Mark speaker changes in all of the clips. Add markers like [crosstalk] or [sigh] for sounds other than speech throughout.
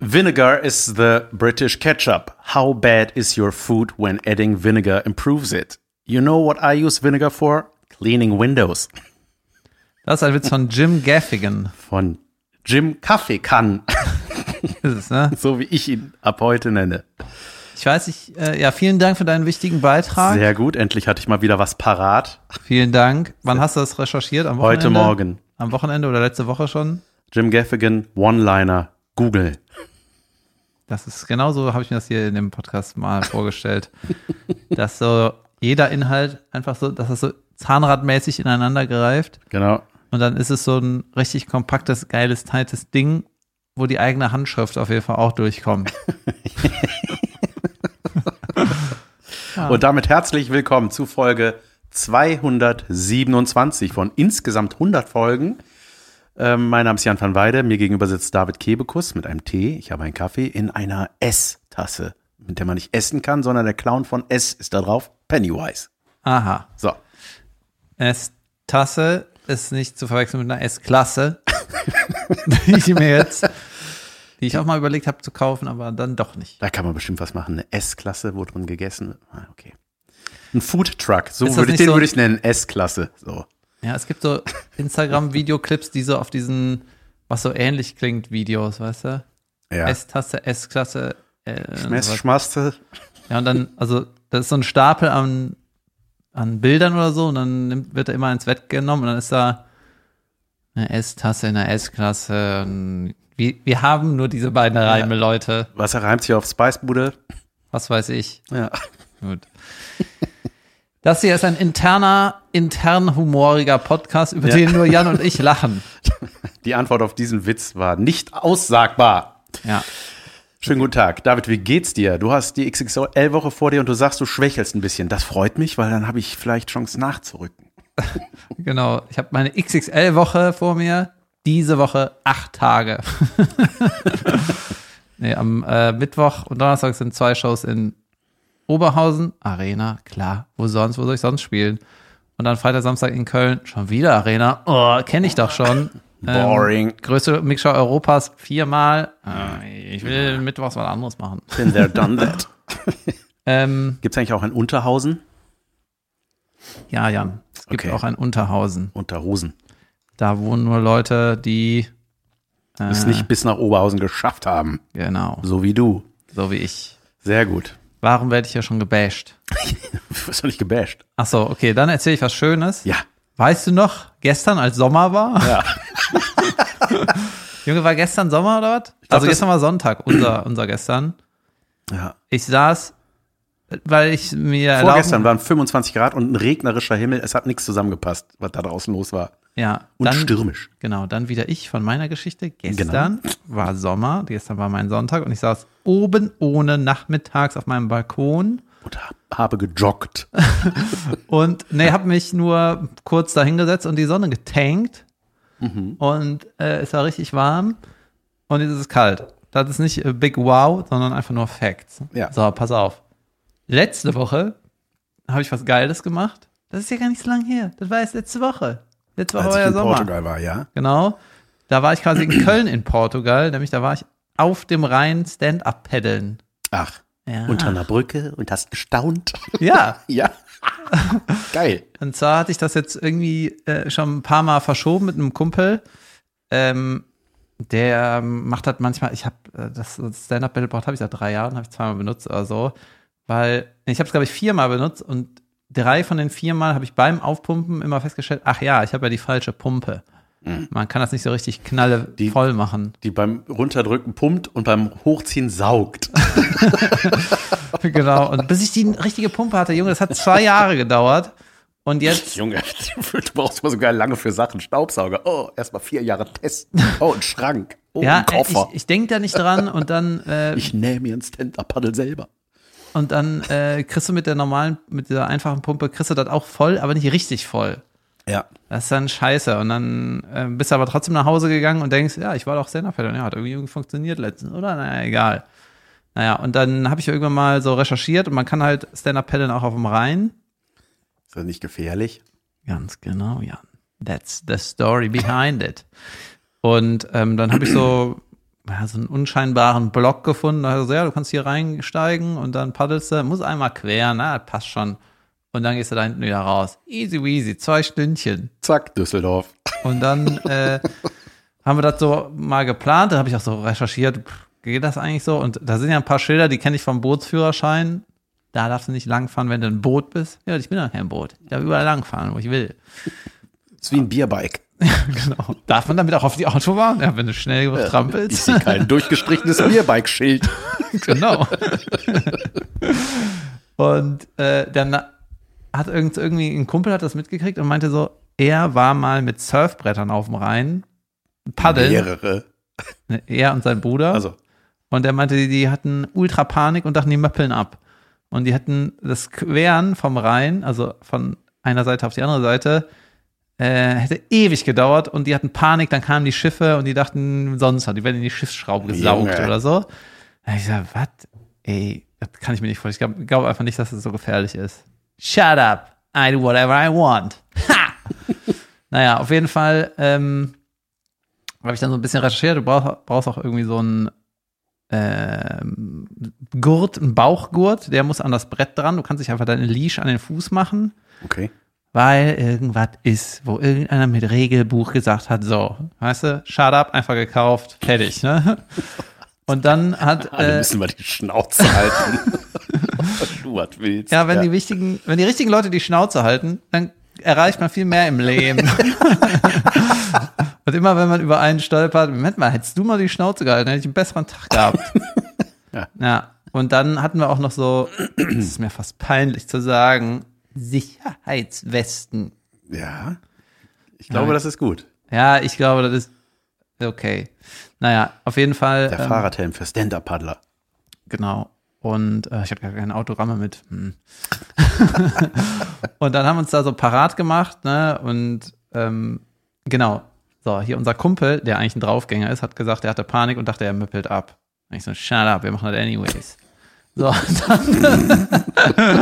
Speaker 1: Vinegar is the British ketchup. How bad is your food when adding vinegar improves it? You know what I use vinegar for? Cleaning windows. [laughs]
Speaker 2: Das ist ein Witz von Jim Gaffigan.
Speaker 1: Von Jim Kaffee kann,
Speaker 2: Ist es, ne?
Speaker 1: [laughs] so wie ich ihn ab heute nenne.
Speaker 2: Ich weiß nicht, äh, ja, vielen Dank für deinen wichtigen Beitrag.
Speaker 1: Sehr gut, endlich hatte ich mal wieder was parat.
Speaker 2: Vielen Dank. Wann hast du das recherchiert? Am Wochenende?
Speaker 1: Heute Morgen.
Speaker 2: Am Wochenende oder letzte Woche schon?
Speaker 1: Jim Gaffigan, One-Liner, Google.
Speaker 2: Das ist genau so, habe ich mir das hier in dem Podcast
Speaker 1: [laughs]
Speaker 2: mal vorgestellt. dass so jeder Inhalt einfach so, dass das so zahnradmäßig ineinander greift.
Speaker 1: Genau.
Speaker 2: Und dann ist es so ein richtig kompaktes, geiles, tightes Ding, wo die eigene Handschrift auf jeden Fall auch durchkommt. Ah.
Speaker 1: Und damit herzlich willkommen zu Folge 227 von insgesamt 100 Folgen. Ähm, mein Name ist Jan van Weide, mir gegenüber sitzt David Kebekus mit einem Tee, ich habe einen Kaffee in einer S-Tasse, mit der man nicht essen kann, sondern der Clown von S ist da drauf, Pennywise.
Speaker 2: Aha.
Speaker 1: So,
Speaker 2: S-Tasse ist nicht zu verwechseln mit einer S-Klasse, [laughs] die ich mir jetzt, die ich auch mal überlegt habe zu kaufen, aber dann doch nicht.
Speaker 1: da kann man bestimmt was machen, eine S-Klasse, wo drin gegessen wird. Ah, okay. Ein Foodtruck, so
Speaker 2: Ist das
Speaker 1: würde ich,
Speaker 2: nicht
Speaker 1: den
Speaker 2: so-
Speaker 1: würde ich nennen, S-Klasse. So.
Speaker 2: Ja, es gibt so Instagram-Videoclips, die so auf diesen, was so ähnlich klingt, Videos, weißt du?
Speaker 1: Ja.
Speaker 2: S-Tasse, S-Klasse. Äh,
Speaker 1: Schmeiß,
Speaker 2: sowas.
Speaker 1: schmaste.
Speaker 2: ja, und dann, also, das ist so ein Stapel an, an Bildern oder so, und dann nimmt, wird er immer ins Wett genommen, und dann ist da eine S-Tasse in der S-Klasse. und Wir, wir haben nur diese beiden Reime, Leute.
Speaker 1: Wasser reimt sich auf Spicebude.
Speaker 2: Was weiß ich.
Speaker 1: Ja.
Speaker 2: Gut. [laughs] Das hier ist ein interner, intern humoriger Podcast, über
Speaker 1: Ja.
Speaker 2: den nur Jan und [laughs] ich lachen.
Speaker 1: Die Antwort auf diesen Witz war nicht aussagbar.
Speaker 2: Ja.
Speaker 1: Schönen guten Tag. David, wie geht's dir? Du hast die XXL-Woche vor dir und du sagst, du schwächelst ein bisschen. Das freut mich, weil dann habe ich vielleicht Chance nachzurücken.
Speaker 2: Genau, ich habe meine XXL-Woche vor mir. Diese Woche acht [laughs] Tage. nee, am äh, Mittwoch und Donnerstag sind zwei Shows in Oberhausen, Arena, klar. Wo sonst? Wo soll ich sonst spielen? Und dann Freitag, Samstag in Köln, schon wieder Arena. Oh, kenne ich doch schon. Ähm.
Speaker 1: Boring.
Speaker 2: größte Mixshow Europas, viermal. Äh, ich will mittwochs was anderes machen.
Speaker 1: Been there, done that. [laughs]
Speaker 2: Ähm,
Speaker 1: Gibt's eigentlich auch ein Unterhausen?
Speaker 2: ja, Jan. Es gibt
Speaker 1: Okay.
Speaker 2: auch ein Unterhausen.
Speaker 1: Unterhosen.
Speaker 2: Da wohnen nur Leute, die. Äh,
Speaker 1: Es nicht bis nach Oberhausen geschafft haben.
Speaker 2: Genau.
Speaker 1: So wie du.
Speaker 2: So wie ich.
Speaker 1: Sehr gut.
Speaker 2: Warum werde ich ja schon gebasht?
Speaker 1: Du wirst doch nicht gebasht.
Speaker 2: Ach so, okay, dann erzähle ich was Schönes.
Speaker 1: Ja.
Speaker 2: Weißt du noch, gestern als Sommer war?
Speaker 1: Ja.
Speaker 2: [laughs] Junge, war gestern Sommer oder was?
Speaker 1: das-
Speaker 2: Also gestern war Sonntag, unser, unser gestern.
Speaker 1: ja.
Speaker 2: Ich saß, weil ich mir
Speaker 1: Vorgestern waren 25 Grad und ein regnerischer Himmel. Es hat nichts zusammengepasst, was da draußen los war.
Speaker 2: ja,
Speaker 1: Und
Speaker 2: dann,
Speaker 1: stürmisch.
Speaker 2: Genau, dann wieder ich von meiner Geschichte. Gestern
Speaker 1: Genau.
Speaker 2: war Sommer, gestern war mein Sonntag und ich saß oben ohne nachmittags auf meinem Balkon
Speaker 1: Und habe
Speaker 2: [laughs]
Speaker 1: gejoggt.
Speaker 2: Und nee, habe mich nur kurz dahingesetzt und die Sonne getankt.
Speaker 1: Mhm.
Speaker 2: Und äh, es war richtig warm und jetzt ist es kalt. Das ist nicht äh, Big Wow, sondern einfach nur Facts.
Speaker 1: Ja.
Speaker 2: So, pass auf. Letzte Woche habe ich was Geiles gemacht. Das ist ja gar nicht so lange her. Das war erst letzte Woche. Letzte Woche
Speaker 1: Als
Speaker 2: war
Speaker 1: ich
Speaker 2: ja
Speaker 1: in
Speaker 2: Sommer.
Speaker 1: Portugal war, ja.
Speaker 2: Genau. Da war ich quasi in Köln in Portugal, nämlich da war ich auf dem Rhein Stand-up paddeln.
Speaker 1: Ach.
Speaker 2: Ja.
Speaker 1: Unter einer Brücke und hast gestaunt. Ah.
Speaker 2: ja.
Speaker 1: [laughs] Ja. Geil.
Speaker 2: Und zwar hatte ich das jetzt irgendwie äh, schon ein paar Mal verschoben mit einem Kumpel. Ähm, der macht halt manchmal, ich habe das Stand-Up-Battleboard habe ich seit drei Jahren, habe ich zweimal benutzt oder so. Weil ich habe es, glaube ich, viermal benutzt und drei von den viermal habe ich beim Aufpumpen immer festgestellt, ach ja, ich habe ja die falsche Pumpe. Man kann das nicht so richtig knalle
Speaker 1: Mhm. Die-
Speaker 2: voll machen.
Speaker 1: Die beim Runterdrücken pumpt und beim Hochziehen saugt.
Speaker 2: genau. Und bis ich die richtige Pumpe hatte, Junge, das hat zwei Jahre gedauert. Und jetzt
Speaker 1: Junge, [laughs] du brauchst mal sogar lange für Sachen. Staubsauger. Oh, erstmal vier Jahre testen. Oh, ein Schrank. Oh,
Speaker 2: ja,
Speaker 1: ein Koffer.
Speaker 2: ich, ich denke da nicht dran und dann äh,
Speaker 1: Ich, nähe mir ein Stand-Up-Paddel selber.
Speaker 2: und dann äh, kriegst du mit der normalen, mit dieser einfachen Pumpe, kriegst du das auch voll, aber nicht richtig voll.
Speaker 1: Ja.
Speaker 2: Das ist dann scheiße. Und dann äh, bist du aber trotzdem nach Hause gegangen und denkst, ja, ich war doch stand up ja, hat irgendwie irgendwie funktioniert letztens, oder? Naja, egal. Naja, und dann habe ich irgendwann mal so recherchiert und man kann halt Stand-Up-Paddeln auch auf dem Rhein.
Speaker 1: Ist das nicht gefährlich?
Speaker 2: Ganz genau, Jan. That's the story behind it. Und ähm, dann habe ich so ja, so einen unscheinbaren Block gefunden. Also, ja, du kannst hier reinsteigen und dann paddelst du, muss einmal quer, na, passt schon. Und dann gehst du da hinten wieder raus. Easy weasy, zwei Stündchen.
Speaker 1: Zack, Düsseldorf.
Speaker 2: Und dann äh, [laughs] haben wir das so mal geplant, da habe ich auch so recherchiert, pff, geht das eigentlich so? Und da sind ja ein paar Schilder, die kenne ich vom Bootsführerschein. Da darfst du nicht langfahren, wenn du ein Boot bist. Ja, ich bin ja kein Boot. Ich darf überall langfahren, wo ich will.
Speaker 1: Ist wie ein Bierbike.
Speaker 2: genau. Darf man damit auch auf die Autobahn? Ja, wenn du schnell genug
Speaker 1: Ich
Speaker 2: trampelst.
Speaker 1: sehe [laughs] kein durchgestrichenes Bierbike-Schild.
Speaker 2: [laughs] genau. und äh, dann hat irgend, irgendwie ein Kumpel hat das mitgekriegt und meinte so, er war mal mit Surfbrettern auf dem Rhein paddeln.
Speaker 1: Mehrere.
Speaker 2: Ne, Er und sein Bruder.
Speaker 1: Also,
Speaker 2: Und er meinte, die, die hatten ultra Panik und dachten, die möppeln ab. Und die hatten das Queren vom Rhein, also von einer Seite auf die andere Seite, äh, hätte ewig gedauert und die hatten Panik, dann kamen die Schiffe und die dachten, sonst hat, die werden in die Schiffsschraube gesaugt
Speaker 1: Junge.
Speaker 2: oder so. Da hab ich gesagt, was? Ey, das kann ich mir nicht vorstellen. Ich glaube glaub einfach nicht, dass das so gefährlich ist. Shut up. I do whatever I want. Ha! naja, auf jeden Fall ähm, habe ich dann so ein bisschen recherchiert. Du brauchst, brauchst auch irgendwie so einen ähm, Gurt, einen Bauchgurt. Der muss an das Brett dran. Du kannst dich einfach deine Leash an den Fuß machen
Speaker 1: okay.
Speaker 2: weil irgendwas ist, wo irgendeiner mit Regelbuch gesagt hat, so, weißt du, shut up, einfach gekauft, fertig, ne? Und dann hat,
Speaker 1: Alle
Speaker 2: äh,
Speaker 1: müssen mal die Schnauze halten. [laughs] du was willst.
Speaker 2: ja, wenn die wichtigen, wenn die richtigen Leute die Schnauze halten, dann erreicht man viel mehr im
Speaker 1: [laughs]
Speaker 2: Leben. Und immer wenn man über einen stolpert, Moment mal, hättest du mal die Schnauze gehalten, hätte ich einen besseren Tag gehabt.
Speaker 1: [laughs] Ja.
Speaker 2: ja. Und dann hatten wir auch noch so, es ist mir fast peinlich zu sagen, Sicherheitswesten.
Speaker 1: Ja. Ich glaube, das ist gut.
Speaker 2: Ja, ich glaube, das ist okay. Naja, auf jeden Fall.
Speaker 1: Der
Speaker 2: ähm,
Speaker 1: Fahrradhelm für Stand-Up-Paddler.
Speaker 2: Genau. Und äh, ich habe gar keine Autogramme mit. Hm. [laughs] und dann haben wir uns da so parat gemacht, ne? Und ähm, genau. So, hier unser Kumpel, der eigentlich ein Draufgänger ist, hat gesagt, er hatte Panik und dachte, er müppelt ab. Und ich so, shut up, wir machen das anyways. So, [laughs] und dann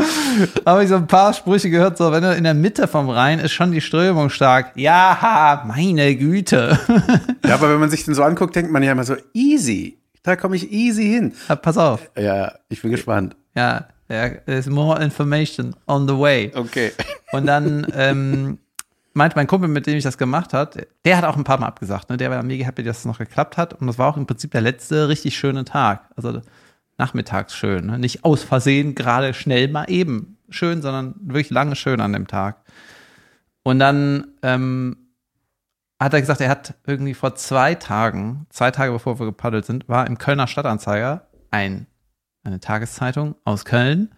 Speaker 2: [laughs] habe ich so ein paar Sprüche gehört, so, wenn du in der Mitte vom Rhein ist schon die Strömung stark. Ja, meine Güte. [laughs]
Speaker 1: Ja, aber wenn man sich den so anguckt, denkt man ja immer so, easy. Da komme ich easy hin.
Speaker 2: Ja, Pass auf.
Speaker 1: Ja, ich bin gespannt.
Speaker 2: Ja, ja, there's more information on the way.
Speaker 1: Okay.
Speaker 2: Und dann ähm, meinte mein Kumpel, mit dem ich das gemacht hat, der hat auch ein paar Mal abgesagt. Ne? Der war mega happy, dass es noch geklappt hat. Und das war auch im Prinzip der letzte richtig schöne Tag. Also nachmittags schön. Ne? Nicht aus Versehen gerade schnell mal eben schön, sondern wirklich lange schön an dem Tag. Und dann ähm, hat er gesagt, er hat irgendwie vor zwei Tagen, zwei Tage bevor wir gepaddelt sind, war im Kölner Stadtanzeiger ein, eine Tageszeitung aus Köln,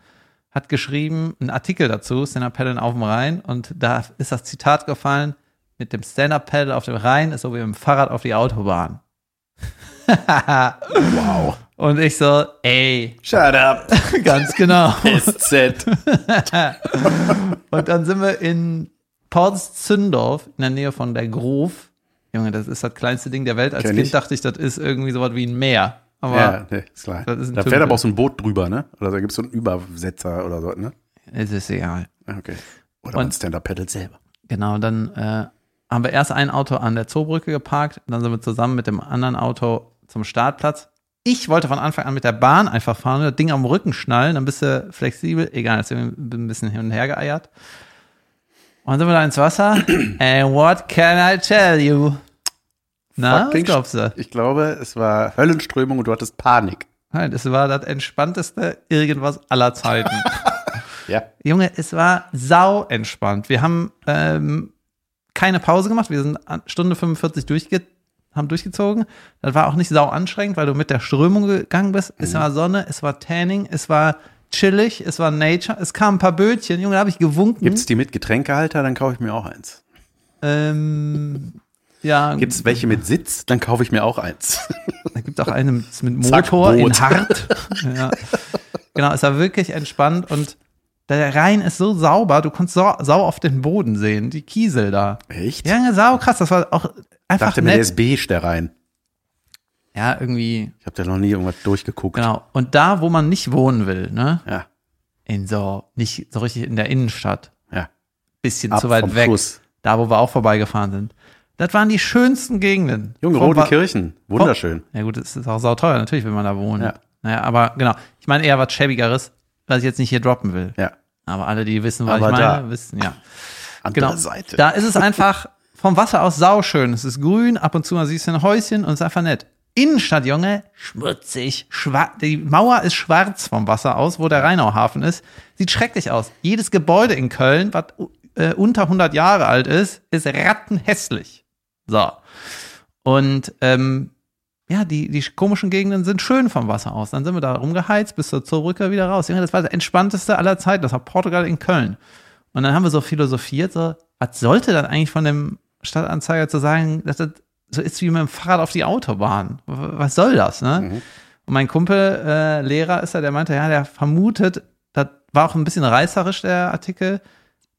Speaker 2: hat geschrieben, einen Artikel dazu, Stand-Up-Paddeln auf dem Rhein, und da ist das Zitat gefallen, mit dem Stand-Up-Paddle auf dem Rhein ist so wie mit dem Fahrrad auf die Autobahn. [laughs]
Speaker 1: Wow.
Speaker 2: Und ich so,
Speaker 1: [laughs]
Speaker 2: ey,
Speaker 1: Shut up.
Speaker 2: ganz genau. [laughs]
Speaker 1: SZ.
Speaker 2: Und dann sind wir in Porz-Zündorf, in der Nähe von der Grof. Junge, das ist das kleinste Ding der Welt. Als
Speaker 1: Kenn
Speaker 2: Kind
Speaker 1: ich.
Speaker 2: dachte ich, das ist irgendwie sowas wie ein Meer. Aber
Speaker 1: Ja, nee, ist klar.
Speaker 2: Das ist ein
Speaker 1: da
Speaker 2: Tümpel.
Speaker 1: fährt aber auch so ein Boot drüber, ne? Oder da gibt es so einen Übersetzer oder so, ne?
Speaker 2: es ist egal.
Speaker 1: Ah, Okay. Oder man Stand-Up-Paddelt selber.
Speaker 2: Genau, dann äh, haben wir erst ein Auto an der Zoobrücke geparkt, dann sind wir zusammen mit dem anderen Auto zum Startplatz. Ich wollte von Anfang an mit der Bahn einfach fahren, das Ding am Rücken schnallen, dann bist du flexibel, egal, deswegen bin ein bisschen hin und her geeiert. Und dann sind wir da ins Wasser. [clears throat] And what can I tell you? Na, was
Speaker 1: Fucking
Speaker 2: glaubst du?
Speaker 1: Ich glaube, es war Höllenströmung und du hattest Panik.
Speaker 2: Nein, es war das entspannteste irgendwas aller Zeiten.
Speaker 1: Ja.
Speaker 2: Junge, es war sau entspannt. Wir haben ähm, keine Pause gemacht. Wir sind an Stunde 45 durchge haben durchgezogen. Das war auch nicht sau anstrengend, weil du mit der Strömung gegangen bist.
Speaker 1: Mhm.
Speaker 2: Es war Sonne, es war Tanning, es war chillig, es war Nature. Es kamen ein paar Bötchen. Junge, da habe ich gewunken.
Speaker 1: Gibt's die mit Getränkehalter? Dann kaufe ich mir auch eins.
Speaker 2: Ähm, ja,
Speaker 1: Gibt's welche mit Sitz? Dann kaufe ich mir auch eins.
Speaker 2: Da gibt auch eine mit, mit
Speaker 1: Zack,
Speaker 2: Motor
Speaker 1: Boot. [laughs]
Speaker 2: in Hart. ja. Genau, es war wirklich entspannt und der Rhein ist so sauber, du konntest sau, sau auf den Boden sehen, die Kiesel da.
Speaker 1: Echt?
Speaker 2: Ja, sau krass, das war auch
Speaker 1: Ich
Speaker 2: einfach
Speaker 1: dachte mir, der
Speaker 2: nett.
Speaker 1: ist beige, der rein.
Speaker 2: Ja, irgendwie,
Speaker 1: Ich habe da noch nie irgendwas durchgeguckt.
Speaker 2: genau. Und da, wo man nicht wohnen will, ne,
Speaker 1: Ja,
Speaker 2: in so, nicht so richtig in der Innenstadt,
Speaker 1: ja.
Speaker 2: bisschen
Speaker 1: Ab
Speaker 2: zu weit
Speaker 1: vom
Speaker 2: weg,
Speaker 1: Fluss.
Speaker 2: da, wo wir auch vorbeigefahren sind, Das waren die schönsten Gegenden.
Speaker 1: Junge,
Speaker 2: Vom Wa-
Speaker 1: Rodenkirchen, wunderschön.
Speaker 2: Ja gut, es ist auch sauteuer natürlich, wenn man da wohnt.
Speaker 1: Ja.
Speaker 2: Naja, aber genau. Ich meine eher was Schäbigeres, was ich jetzt nicht hier droppen will.
Speaker 1: Ja,
Speaker 2: Aber alle, die wissen, was
Speaker 1: Aber
Speaker 2: ich meine,
Speaker 1: da.
Speaker 2: wissen, ja.
Speaker 1: andere
Speaker 2: Genau.
Speaker 1: Seite.
Speaker 2: Da ist es einfach vom Wasser aus sauschön. Es ist grün, ab und zu mal siehst du ein Häuschen und es ist einfach nett. Innenstadt, Junge, schmutzig, schwarz. Die Mauer ist schwarz vom Wasser aus, wo der Rheinauhafen ist. Sieht schrecklich aus. Jedes Gebäude in Köln, was äh, unter 100 Jahre alt ist, ist rattenhässlich. So. Und ähm, ja, die, die komischen Gegenden sind schön vom Wasser aus. Dann sind wir da rumgeheizt, bis zur Zurückkehr wieder raus. Junge, das war das entspannteste aller Zeiten. Das war Portugal in Köln. Und dann haben wir so philosophiert, so, was sollte dann eigentlich von dem Stadtanzeiger zu sagen, dass das so ist wie mit dem Fahrrad auf die Autobahn? W- Was soll das, ne?
Speaker 1: Mhm.
Speaker 2: Und mein Kumpel, äh, Lehrer ist er, der meinte, ja, der vermutet, das war auch ein bisschen reißerisch, der Artikel,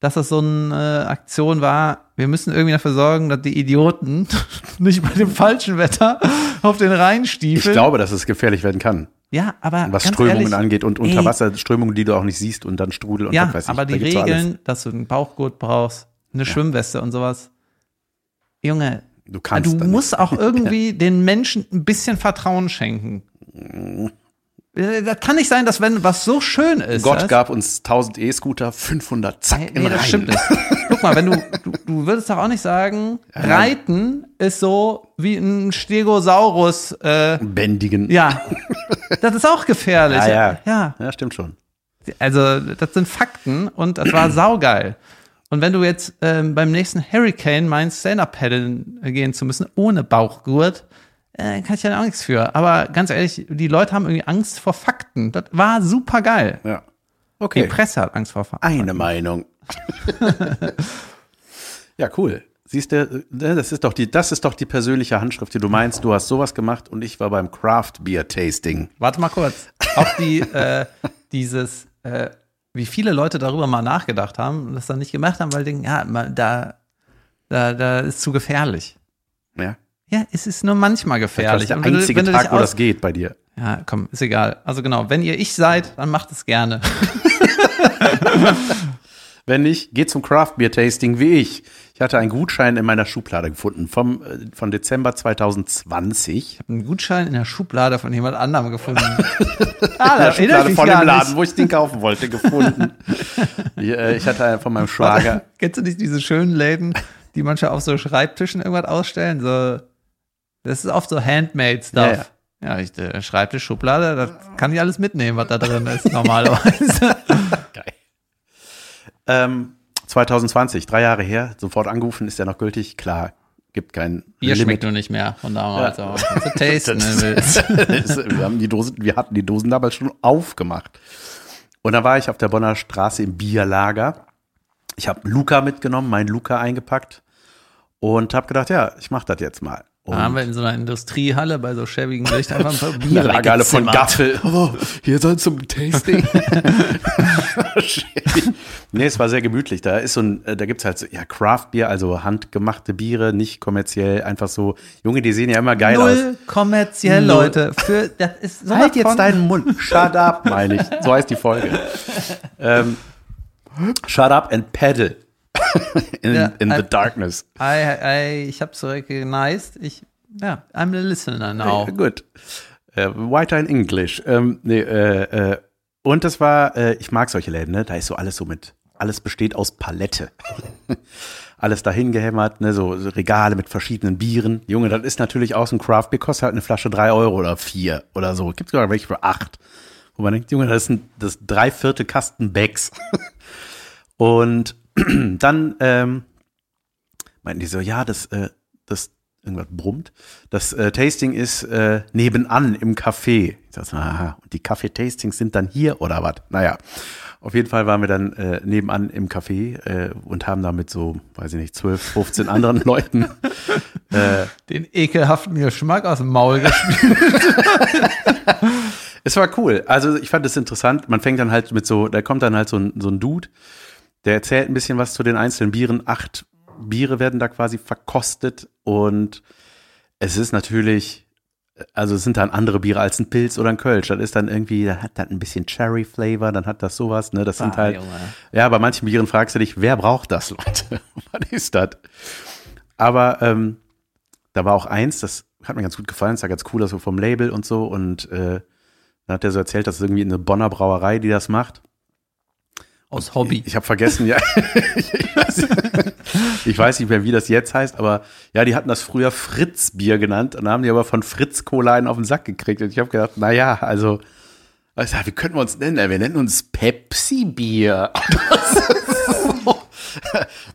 Speaker 2: dass das so eine äh, Aktion war, wir müssen irgendwie dafür sorgen, dass die Idioten [laughs] nicht bei dem falschen Wetter auf den Rhein
Speaker 1: Ich
Speaker 2: stiefeln.
Speaker 1: glaube, dass es gefährlich werden kann,
Speaker 2: ja, aber
Speaker 1: was
Speaker 2: ganz
Speaker 1: Strömungen
Speaker 2: ehrlich,
Speaker 1: angeht und
Speaker 2: ey,
Speaker 1: Unterwasserströmungen, die du auch nicht siehst und dann Strudel und
Speaker 2: Ja,
Speaker 1: was weiß ich.
Speaker 2: aber die
Speaker 1: da gibt's so alles.
Speaker 2: Regeln, dass du einen Bauchgurt brauchst, eine Schwimmweste und sowas. Junge,
Speaker 1: Du kannst.
Speaker 2: du
Speaker 1: dann
Speaker 2: musst
Speaker 1: [laughs]
Speaker 2: auch irgendwie den Menschen ein bisschen Vertrauen schenken. Äh, Das kann nicht sein, dass wenn was so schön ist.
Speaker 1: Gott
Speaker 2: das,
Speaker 1: gab uns 1000 E-Scooter, 500 zack
Speaker 2: Nee,
Speaker 1: im
Speaker 2: nee, das
Speaker 1: Rhein.
Speaker 2: stimmt nicht. Guck mal, wenn du, du, du würdest doch auch nicht sagen, Reiten ist so wie ein Stegosaurus, äh,
Speaker 1: Bändigen.
Speaker 2: ja. Das ist auch gefährlich.
Speaker 1: Ja, ja.
Speaker 2: ja.
Speaker 1: ja, stimmt schon.
Speaker 2: Also, das sind Fakten und das war saugeil. Und wenn du jetzt ähm, beim nächsten Hurricane meinst, Stand-Up-Paddeln äh, gehen zu müssen, ohne Bauchgurt, äh, kann ich ja auch nichts für. Aber ganz ehrlich, die Leute haben irgendwie Angst vor Fakten. Das war super geil.
Speaker 1: Ja.
Speaker 2: Die
Speaker 1: Okay.
Speaker 2: Presse hat Angst vor Fakten.
Speaker 1: Eine Meinung. [laughs] ja, cool. Siehst du, ne, das ist doch die, das ist doch die persönliche Handschrift, die du meinst. Du hast sowas gemacht und ich war beim Craft Beer Tasting.
Speaker 2: Warte mal kurz. Auch die, äh, [laughs] dieses, äh, wie viele Leute darüber mal nachgedacht haben und das dann nicht gemacht haben, weil die denken, ja, ma- da, da, da ist zu gefährlich.
Speaker 1: Ja.
Speaker 2: Ja, es ist nur manchmal
Speaker 1: Das
Speaker 2: gefährlich.
Speaker 1: ist der
Speaker 2: Und wenn du-
Speaker 1: einzige
Speaker 2: wenn du dich
Speaker 1: Tag, wo
Speaker 2: aus-
Speaker 1: das geht bei dir.
Speaker 2: Ja, komm, ist egal. Also genau, wenn ihr ich seid, dann macht es gerne.
Speaker 1: Wenn nicht, geh zum Craft Beer Tasting wie ich. Ich hatte einen Gutschein in meiner Schublade gefunden vom, äh, von Dezember 2020.
Speaker 2: Einen Gutschein in der Schublade von jemand
Speaker 1: [laughs]
Speaker 2: anderem gefunden. ah,
Speaker 1: In der
Speaker 2: da
Speaker 1: Schublade von dem Laden,
Speaker 2: Nicht.
Speaker 1: wo ich den kaufen wollte,
Speaker 2: [laughs]
Speaker 1: gefunden. ich, äh, ich hatte einen von meinem Schwager.
Speaker 2: Warte, [laughs] Kennst du nicht diese schönen Läden, die manche auf so Schreibtischen irgendwas ausstellen? So, das ist oft so
Speaker 1: Ja,
Speaker 2: Handmade-Stuff. Ja, ich äh, Schreibtisch, Schublade, das kann ich alles mitnehmen, was da drin
Speaker 1: [laughs]
Speaker 2: ist, normalerweise.
Speaker 1: Geil. Ähm, 2020, drei Jahre her, sofort angerufen, ist ja noch gültig. Klar, gibt kein
Speaker 2: Bier
Speaker 1: [laughs]
Speaker 2: schmeckt
Speaker 1: Limit.
Speaker 2: nur nicht mehr von damals.
Speaker 1: Ja.
Speaker 2: Aber kannst du
Speaker 1: [laughs]
Speaker 2: tasten, wenn du willst.
Speaker 1: wir, haben die Dosen, wir hatten die Dosen damals schon aufgemacht. Und da war ich auf der Bonner Straße im Bierlager. Ich habe Luca mitgenommen, meinen Luca eingepackt und habe gedacht, ja, ich mache das jetzt mal. Und
Speaker 2: Da haben wir in so einer Industriehalle bei so schäbigen Licht einfach ein paar
Speaker 1: [laughs]
Speaker 2: Bier
Speaker 1: Eine Lagale von
Speaker 2: weggezimmert.
Speaker 1: Gaffel. [laughs] Oh, hier soll zum Tasting. Schäbig. [laughs] nee, es war sehr gemütlich. Da ist so ein, äh, da gibt's halt so, ja, Craft Bier, also handgemachte Biere, nicht kommerziell, einfach so. Junge, die sehen ja immer geil aus.
Speaker 2: Null kommerziell,
Speaker 1: Null.
Speaker 2: Leute. Für, das [laughs] ist sowas
Speaker 1: Halt
Speaker 2: von-
Speaker 1: jetzt deinen Mund. Shut up, meine ich. So heißt die
Speaker 2: [laughs]
Speaker 1: Folge. Ähm, Shut up and paddle [laughs] in,
Speaker 2: Ja,
Speaker 1: in the
Speaker 2: ein-
Speaker 1: darkness.
Speaker 2: I, I, ich hab's recognized. Ich, ja, I'm a listener now.
Speaker 1: Ja, Gut. Äh, weiter in English. Ähm, nee, äh, äh, und das war, äh, ich mag solche Läden, ne? Da ist so alles so mit. Alles besteht aus Palette. [laughs] alles dahin gehämmert, ne? So, so Regale mit verschiedenen Bieren. Junge, das ist natürlich auch so ein Craft Beer, kostet halt eine Flasche drei Euro oder vier oder so. Gibt sogar welche für acht. Wo man denkt, Junge, das ist ein, das dreiviertel Kasten Bags. [laughs] und [clears throat] dann, ähm, meinten die so, ja, das, äh, das irgendwas brummt. Das äh, Tasting ist äh, nebenan im Café. Ich dachte, so, aha, und die Kaffee-Tastings sind dann hier oder was? Naja, auf jeden Fall waren wir dann äh, nebenan im Café äh, und haben da mit so, weiß ich nicht, 12, 15 anderen [laughs] Leuten
Speaker 2: Den ekelhaften Geschmack aus dem Maul gespielt.
Speaker 1: Es war cool. Also ich fand es interessant. Man fängt dann halt mit so, da kommt dann halt so ein, so ein Dude, der erzählt ein bisschen was zu den einzelnen Bieren. Acht Biere werden da quasi verkostet und es ist natürlich, also es sind dann andere Biere als ein Pilz oder ein Kölsch. Das ist dann irgendwie, da hat das ein bisschen Cherry-Flavor, dann hat das sowas, ne? Das sind
Speaker 2: Ah,
Speaker 1: halt,
Speaker 2: Junge.
Speaker 1: [laughs] ja, bei manchen Bieren fragst du dich, wer braucht das, Leute? Was ist das? Aber ähm, da war auch eins, das hat mir ganz gut gefallen, das sah ganz cool aus, so vom Label und so. Und äh, dann hat er so erzählt, dass es irgendwie eine Bonner Brauerei, die das macht.
Speaker 2: Aus Hobby.
Speaker 1: Ich, ich habe vergessen, ja. [laughs] ich, weiß, ich weiß nicht mehr, wie das jetzt heißt, aber ja, die hatten das früher Fritz-Bier genannt und haben die aber von Fritz Cola einen auf den Sack gekriegt. Und ich habe gedacht, na ja, also, also, wie können wir uns nennen? Wir nennen uns Pepsi-Bier. So.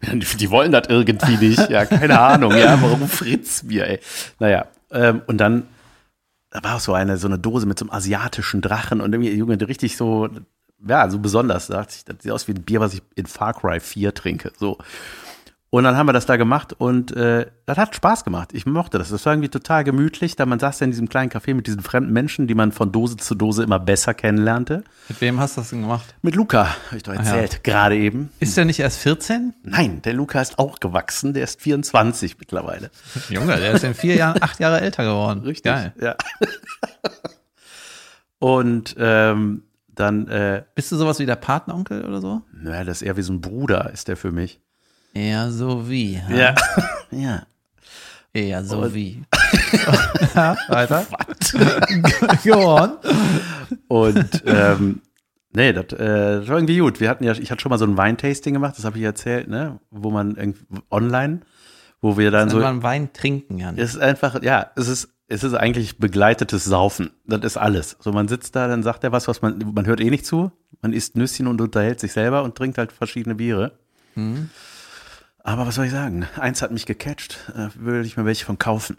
Speaker 1: [laughs] die wollen das irgendwie nicht. Ja, keine Ahnung. Ja, warum Fritz-Bier, ey? Naja, ähm, und dann da war auch so eine, so eine Dose mit so einem asiatischen Drachen und irgendwie, Junge, richtig so, ja, so besonders, dachte ich, das sieht aus wie ein Bier, was ich in Far Cry 4 trinke, so. Und dann haben wir das da gemacht und äh, das hat Spaß gemacht. Ich mochte das. Das war irgendwie total gemütlich, da man saß da in diesem kleinen Café mit diesen fremden Menschen, die man von Dose zu Dose immer besser kennenlernte.
Speaker 2: Mit wem hast du das denn gemacht?
Speaker 1: Mit Luca, habe ich doch erzählt, gerade eben.
Speaker 2: Ist der nicht erst 14?
Speaker 1: Nein, der Luca ist auch gewachsen, der ist 24 mittlerweile.
Speaker 2: Junge, der ist in vier Jahren, acht Jahre älter geworden.
Speaker 1: Richtig.
Speaker 2: Geil.
Speaker 1: Ja. [laughs] und ähm, dann, äh,
Speaker 2: Bist du sowas wie der Patenonkel oder so?
Speaker 1: naja, das ist eher wie so ein Bruder, ist der für mich.
Speaker 2: Eher so wie. Ja.
Speaker 1: ja. [laughs]
Speaker 2: Eher so [laughs] wie.
Speaker 1: Weiter.
Speaker 2: [laughs] Go on.
Speaker 1: Und ähm, nee, das äh, das war irgendwie gut. Wir hatten ja, ich hatte schon mal so ein Weintasting gemacht, das habe ich erzählt, ne? Wo man irgendwie online, wo wir dann
Speaker 2: Also
Speaker 1: so.
Speaker 2: man Wein trinken kann.
Speaker 1: Es ist einfach, ja, es ist, es ist eigentlich begleitetes Saufen. Das ist alles. So, man sitzt da, dann sagt er was, was man, man hört eh nicht zu. Man isst Nüsschen und unterhält sich selber und trinkt halt verschiedene Biere. Aber was soll ich sagen? Eins hat mich gecatcht, äh, würde ich mir welche von kaufen.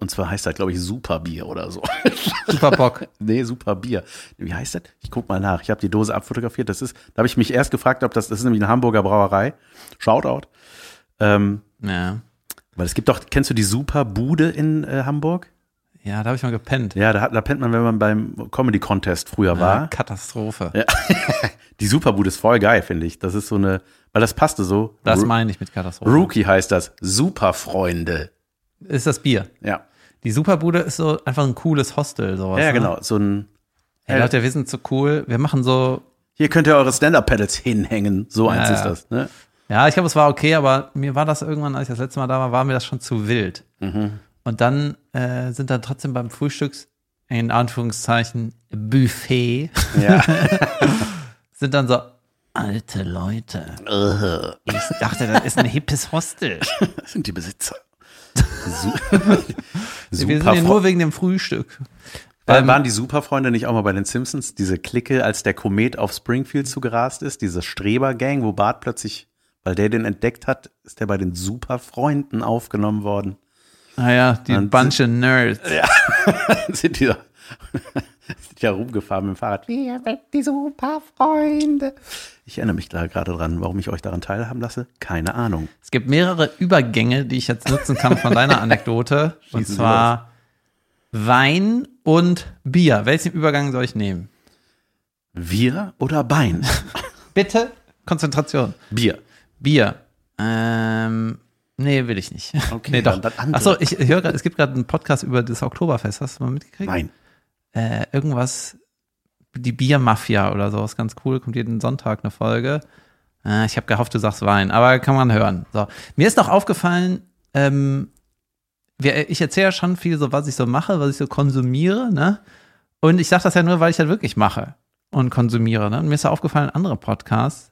Speaker 1: Und zwar heißt das, glaube ich, Superbier oder so. [laughs]
Speaker 2: Super Bock.
Speaker 1: Nee, super Bier. Wie heißt das? Ich guck mal nach. Ich habe die Dose abfotografiert. Das ist, da habe ich mich erst gefragt, ob das, das ist nämlich eine Hamburger Brauerei. Shoutout. Ähm,
Speaker 2: Ja.
Speaker 1: weil es gibt doch, kennst du die Super Bude in äh, Hamburg?
Speaker 2: Ja, da habe ich mal gepennt.
Speaker 1: Ja, da, hat- da pennt man, wenn man beim Comedy Contest früher
Speaker 2: Ah,
Speaker 1: war.
Speaker 2: Katastrophe.
Speaker 1: Die Super Bude ist voll geil, finde ich. Das ist so eine, weil das passte so.
Speaker 2: Das
Speaker 1: Ru-
Speaker 2: meine ich mit Katastrophe.
Speaker 1: Rookie heißt das. Superfreunde.
Speaker 2: Ist das Bier.
Speaker 1: Ja.
Speaker 2: Die Superbude ist so einfach ein cooles Hostel, sowas.
Speaker 1: ja,
Speaker 2: ne?
Speaker 1: genau. So ein,
Speaker 2: Hey, Leute, wir sind so cool. Wir machen so.
Speaker 1: hier könnt ihr eure Stand-Up-Pedals hinhängen. So eins
Speaker 2: Ja,
Speaker 1: ist
Speaker 2: ja.
Speaker 1: das, ne?
Speaker 2: Ja, ich glaube, es war okay, aber mir war das irgendwann, als ich das letzte Mal da war, war mir das schon zu wild.
Speaker 1: Mhm.
Speaker 2: Und dann äh, sind dann trotzdem beim Frühstücks, in Anführungszeichen, Buffet,
Speaker 1: Ja.
Speaker 2: [laughs] sind dann so alte Leute.
Speaker 1: Äh,
Speaker 2: Ich dachte, das ist ein hippes
Speaker 1: [laughs]
Speaker 2: Hostel.
Speaker 1: das sind die
Speaker 2: [laughs]
Speaker 1: Besitzer.
Speaker 2: wir sind
Speaker 1: Superfre-
Speaker 2: hier nur wegen dem Frühstück.
Speaker 1: Waren,
Speaker 2: Ähm,
Speaker 1: waren die Superfreunde nicht auch mal bei den Simpsons? Diese Clique, als der Komet auf Springfield zugerast ist, diese Streber-Gang, wo Bart plötzlich, weil der den entdeckt hat, ist der bei den Superfreunden aufgenommen worden.
Speaker 2: Naja, die
Speaker 1: Und-
Speaker 2: Bunch of Nerds.
Speaker 1: [laughs] sind die da, sind ja rumgefahren mit dem Fahrrad. Wir sind die Superfreunde. Ich erinnere mich da gerade dran, warum ich euch daran teilhaben lasse. Keine Ahnung.
Speaker 2: Es gibt mehrere Übergänge, die ich jetzt nutzen kann von deiner
Speaker 1: [laughs]
Speaker 2: Anekdote. und
Speaker 1: Sie
Speaker 2: zwar Wein und Bier. Welchen Übergang soll ich nehmen?
Speaker 1: Wir oder
Speaker 2: [laughs]
Speaker 1: Bein?
Speaker 2: Bitte Konzentration.
Speaker 1: Bier.
Speaker 2: Bier. Ähm, nee, will ich nicht.
Speaker 1: Okay,
Speaker 2: [laughs] nee, doch.
Speaker 1: dann das andere.
Speaker 2: Achso, ich höre gerade, es gibt gerade einen Podcast über das Oktoberfest. Hast du mal mitgekriegt?
Speaker 1: Nein.
Speaker 2: Äh, irgendwas, die Biermafia oder so, ist ganz cool. Kommt jeden Sonntag eine Folge. Äh, ich habe gehofft, du sagst Wein, aber kann man hören. So. Mir ist noch aufgefallen, ähm, wir, äh, ich erzähle ja schon viel, so was ich so mache, was ich so konsumiere, ne? Und ich sage das ja nur, weil ich das wirklich mache und konsumiere. Ne? Und mir ist ja aufgefallen, andere Podcasts,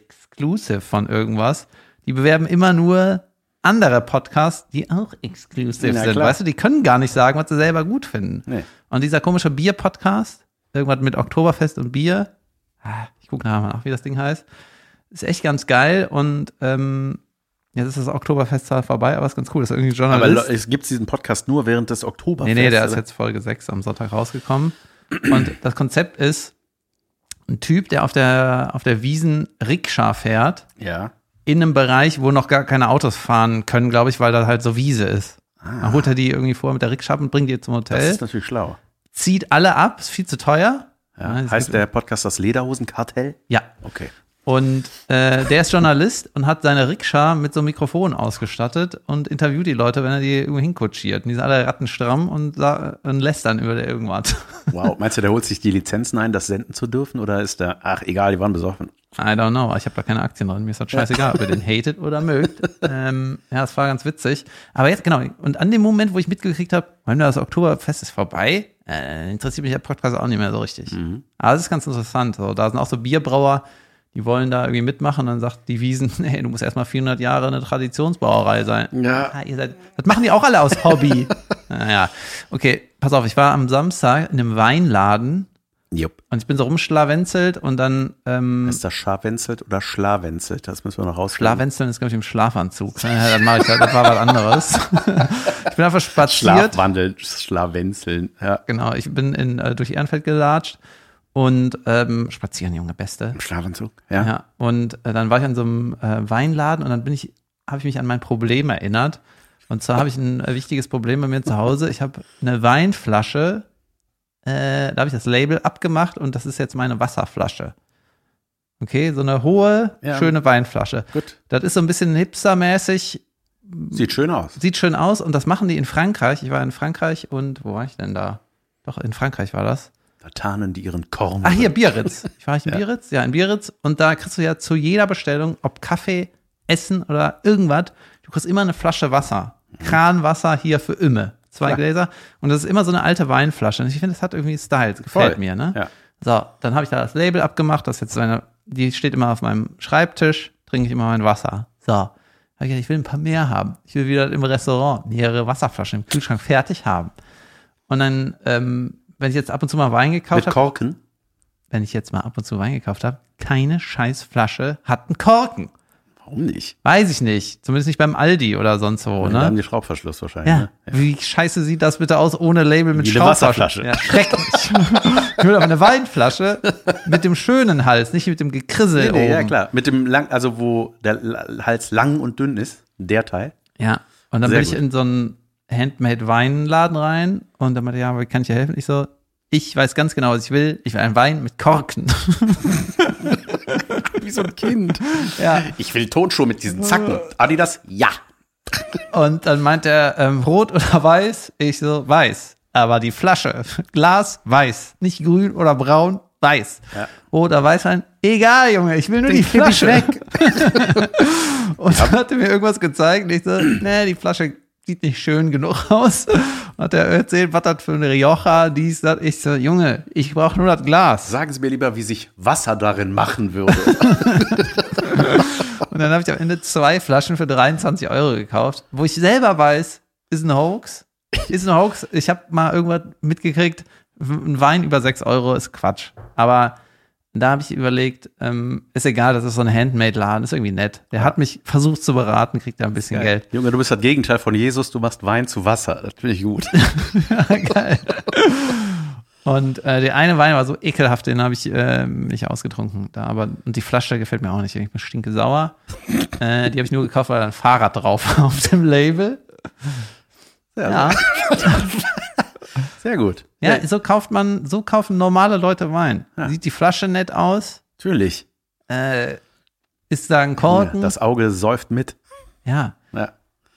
Speaker 2: exclusive von irgendwas, die bewerben immer nur andere Podcasts, die auch exclusive
Speaker 1: Na
Speaker 2: sind.
Speaker 1: klar.
Speaker 2: Weißt du, die können gar nicht sagen, was sie selber gut finden.
Speaker 1: Nee.
Speaker 2: Und dieser komische Bier-Podcast, irgendwas mit Oktoberfest und Bier, ah, ich gucke nachher mal nach, wie das Ding heißt, ist echt ganz geil und ähm, jetzt ist das Oktoberfest zwar vorbei, aber ist ganz cool. Das ist irgendwie ein
Speaker 1: Aber
Speaker 2: Journalist.
Speaker 1: lo- es gibt diesen Podcast nur während des
Speaker 2: Nee,
Speaker 1: Oktoberfests.
Speaker 2: nee, der ist
Speaker 1: oder?
Speaker 2: jetzt Folge 6 am Sonntag rausgekommen. Und das Konzept ist, ein Typ, der auf der, auf der Wiesen Rikscha fährt,
Speaker 1: Ja.
Speaker 2: in einem Bereich, wo noch gar keine Autos fahren können, glaube ich, weil da halt so Wiese ist. Dann holt er die irgendwie vor mit der Rikscha und bringt die zum
Speaker 1: Das
Speaker 2: Hotel,
Speaker 1: ist natürlich schlau.
Speaker 2: zieht alle ab, ist viel zu teuer. Ja, es
Speaker 1: heißt
Speaker 2: gibt-
Speaker 1: der Podcast das Lederhosenkartell?
Speaker 2: Ja,
Speaker 1: Okay.
Speaker 2: Und äh, der ist Journalist und hat seine Rikscha mit so einem Mikrofon ausgestattet und interviewt die Leute, wenn er die irgendwo hinkutschiert. Und die sind alle rattenstramm und, sa- und lästern über irgendwas.
Speaker 1: Wow. Meinst du, der holt sich die Lizenzen ein, das senden zu dürfen? Oder ist der, ach, egal, die waren besoffen.
Speaker 2: I don't know. Ich habe da keine Aktien drin. Mir ist das scheißegal, ob ihr den hatet oder mögt. Ähm, ja, es war ganz witzig. Aber jetzt, genau, und an dem Moment, wo ich mitgekriegt habe, wenn das Oktoberfest ist vorbei, äh, interessiert mich der Podcast auch nicht mehr so richtig. Aber es ist ganz interessant. So, da sind auch so Bierbrauer, die wollen da irgendwie mitmachen. Und dann sagt die Wiesen, [laughs] hey, du musst erstmal 400 Jahre eine Traditionsbrauerei sein.
Speaker 1: Ja.
Speaker 2: Ah, ihr seid, das machen die auch alle aus Hobby. naja, okay, pass auf. Ich war am Samstag in einem Weinladen
Speaker 1: Jupp.
Speaker 2: und ich bin so rumschlawenzelt und dann ähm,
Speaker 1: Ist das Scharwenzelt oder Schlawenzelt? Das müssen wir noch rausfinden.
Speaker 2: Schlafwenzeln ist, glaube ich, im Schlafanzug. [laughs] Ja, dann mache ich halt, das war was anderes. [laughs] ich bin einfach spaziert.
Speaker 1: Schlafwandeln, Schlawenzeln. Ja.
Speaker 2: Genau, ich bin in, äh, durch Ehrenfeld gelatscht und ähm, spazieren, Junge, Beste.
Speaker 1: Im Schlafanzug. Ja.
Speaker 2: Ja, und äh, dann war ich an so einem äh, Weinladen und dann bin ich, habe ich mich an mein Problem erinnert. Und zwar habe ich ein äh, wichtiges Problem bei mir zu Hause. Ich habe eine Weinflasche, äh, da habe ich das Label abgemacht und das ist jetzt meine Wasserflasche. Okay, so eine hohe,
Speaker 1: Ja.
Speaker 2: schöne Weinflasche.
Speaker 1: Gut.
Speaker 2: Das ist so ein bisschen hipstermäßig,
Speaker 1: Sieht schön aus.
Speaker 2: sieht schön aus und das machen die in Frankreich. Ich war in Frankreich und wo war ich denn da? Doch, in Frankreich war das.
Speaker 1: Da tarnen die ihren Korn.
Speaker 2: Ah, hier, Biarritz. Ich war nicht in
Speaker 1: Ja.
Speaker 2: Biarritz? Ja, in Biarritz. Und da kriegst du ja zu jeder Bestellung, ob Kaffee, Essen oder irgendwas, du kriegst immer eine Flasche Wasser. Kranwasser hier für Imme. Zwei
Speaker 1: Klar.
Speaker 2: Gläser. Und das ist immer so eine alte Weinflasche. Und ich finde, das hat irgendwie Style. Das gefällt
Speaker 1: Voll.
Speaker 2: mir, ne?
Speaker 1: Ja.
Speaker 2: So, dann habe ich da das Label abgemacht, das ist jetzt meine, die steht immer auf meinem Schreibtisch, trinke ich immer mein Wasser. So, hab ich, gedacht, ich will ein paar mehr haben. Ich will wieder im Restaurant mehrere Wasserflaschen im Kühlschrank fertig haben. Und dann, ähm, wenn ich jetzt ab und zu mal Wein
Speaker 1: Mit
Speaker 2: gekauft habe,
Speaker 1: Korken.
Speaker 2: wenn ich jetzt mal ab und zu Wein gekauft habe, keine Scheißflasche hat einen Korken.
Speaker 1: Warum nicht?
Speaker 2: Weiß ich nicht. Zumindest nicht beim Aldi oder sonst wo,
Speaker 1: Da haben die
Speaker 2: ne?
Speaker 1: Schraubverschluss wahrscheinlich.
Speaker 2: Ja.
Speaker 1: Ne?
Speaker 2: Wie scheiße sieht das bitte aus ohne Label mit
Speaker 1: Wie eine
Speaker 2: Schraubflasche?
Speaker 1: Wasserflasche.
Speaker 2: Ja, schrecklich. ich will aber eine Weinflasche mit dem schönen Hals, nicht mit dem
Speaker 1: Nee,
Speaker 2: Gekrissel
Speaker 1: nee,
Speaker 2: oben.
Speaker 1: ja, klar. Mit dem lang, also wo der L- Hals lang und dünn ist, der Teil.
Speaker 2: Ja. Und dann
Speaker 1: Sehr
Speaker 2: bin ich
Speaker 1: gut.
Speaker 2: in so einen Handmade-Weinladen rein und dann meinte, ja, wie kann ich dir helfen? Ich so, ich weiß ganz genau, was ich will. Ich will einen Wein mit Korken.
Speaker 1: [laughs] Wie so ein Kind.
Speaker 2: ja.
Speaker 1: Ich will Tonschuhe mit diesen Zacken. Adidas? Ja.
Speaker 2: Und dann meint er, ähm, rot oder [laughs] weiß? Ich so, weiß. Aber die Flasche, [laughs] Glas, weiß. Nicht grün oder braun, weiß.
Speaker 1: Ja.
Speaker 2: Rot oder weiß sein? Egal, Junge, ich will nur die
Speaker 1: kipp ich
Speaker 2: Flasche. [laughs] und dann hat er mir irgendwas gezeigt und ich so, nee, die Flasche sieht nicht schön genug [laughs] aus. Und hat er erzählt, was das für ein Rioja, dies, das. Ich so, Junge, ich brauche nur das Glas.
Speaker 1: Sagen Sie mir lieber, wie sich Wasser darin machen
Speaker 2: [laughs]
Speaker 1: würde.
Speaker 2: Und dann habe ich am Ende zwei Flaschen für 23 Euro gekauft, wo ich selber weiß, ist ein Hoax. Ist ein Hoax. Ich habe mal irgendwas mitgekriegt, w- ein Wein über 6 Euro ist Quatsch. Aber da habe ich überlegt, ähm, ist egal, das ist so ein Handmade-Laden, ist irgendwie nett. Der hat mich versucht zu beraten, kriegt da ein bisschen Geld.
Speaker 1: Junge, du bist das Gegenteil von Jesus. Du machst Wein zu Wasser. Das finde ich gut.
Speaker 2: Geil. Und äh, der eine Wein war so ekelhaft, den habe ich äh, nicht ausgetrunken. Da, aber, und die Flasche gefällt mir auch nicht. Ich bin stinke sauer. äh, die habe ich nur gekauft, weil da ein Fahrrad drauf [laughs] war auf dem Label. Ja,
Speaker 1: Sehr gut.
Speaker 2: ja, so kauft man, so kaufen normale Leute Wein.
Speaker 1: Ja.
Speaker 2: Sieht die Flasche nett aus,
Speaker 1: Natürlich.
Speaker 2: äh, ist da ein
Speaker 1: Ja,
Speaker 2: Korken. Ja,
Speaker 1: das Auge säuft mit. Ja.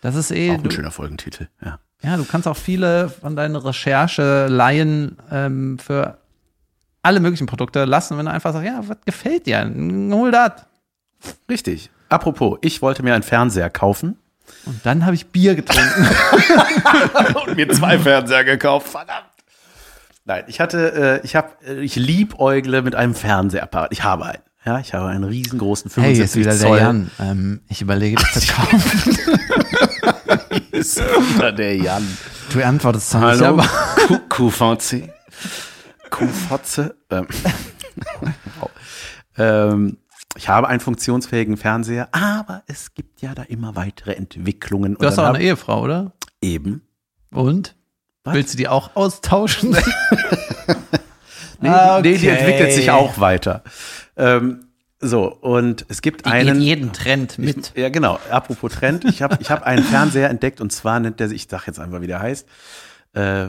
Speaker 2: das ist eh,
Speaker 1: Auch ein
Speaker 2: du,
Speaker 1: schöner Folgentitel. Ja.
Speaker 2: ja, du kannst auch viele von deinen Recherche-Laien ähm, für alle möglichen Produkte lassen, wenn du einfach sagst, ja, was gefällt dir? Hol das.
Speaker 1: Richtig. Apropos, ich wollte mir einen Fernseher kaufen.
Speaker 2: Und dann habe ich Bier getrunken.
Speaker 1: [laughs] und mir zwei Fernseher gekauft. Verdammt. Nein, ich hatte, äh, ich habe, äh, ich liebäugle mit einem Fernsehapparat. Ich habe einen. Ja, ich habe einen riesengroßen 75 Zoll.
Speaker 2: Ähm, ich überlege, das [laughs] zu kaufen.
Speaker 1: Ist wieder der Jan.
Speaker 2: Du antwortest zwar
Speaker 1: Hallo.
Speaker 2: aber-
Speaker 1: Q- QVC. QVC. Ähm. wow. [laughs] ähm, ich habe einen funktionsfähigen Fernseher, aber es gibt ja da immer weitere Entwicklungen. Und
Speaker 2: Du hast
Speaker 1: dann
Speaker 2: auch
Speaker 1: hab-
Speaker 2: eine Ehefrau, oder?
Speaker 1: eben.
Speaker 2: Und?
Speaker 1: Was?
Speaker 2: Willst du die
Speaker 1: [laughs]
Speaker 2: auch austauschen?
Speaker 1: Nee,
Speaker 2: Ah,
Speaker 1: die, nee, die
Speaker 2: okay.
Speaker 1: entwickelt sich auch weiter. Ähm, so, und es gibt einen.
Speaker 2: jeden Trend mit.
Speaker 1: Ja, genau. Apropos Trend, ich habe ich hab einen Fernseher entdeckt und zwar nennt der sich, ich sag jetzt einfach, wie der heißt. Äh,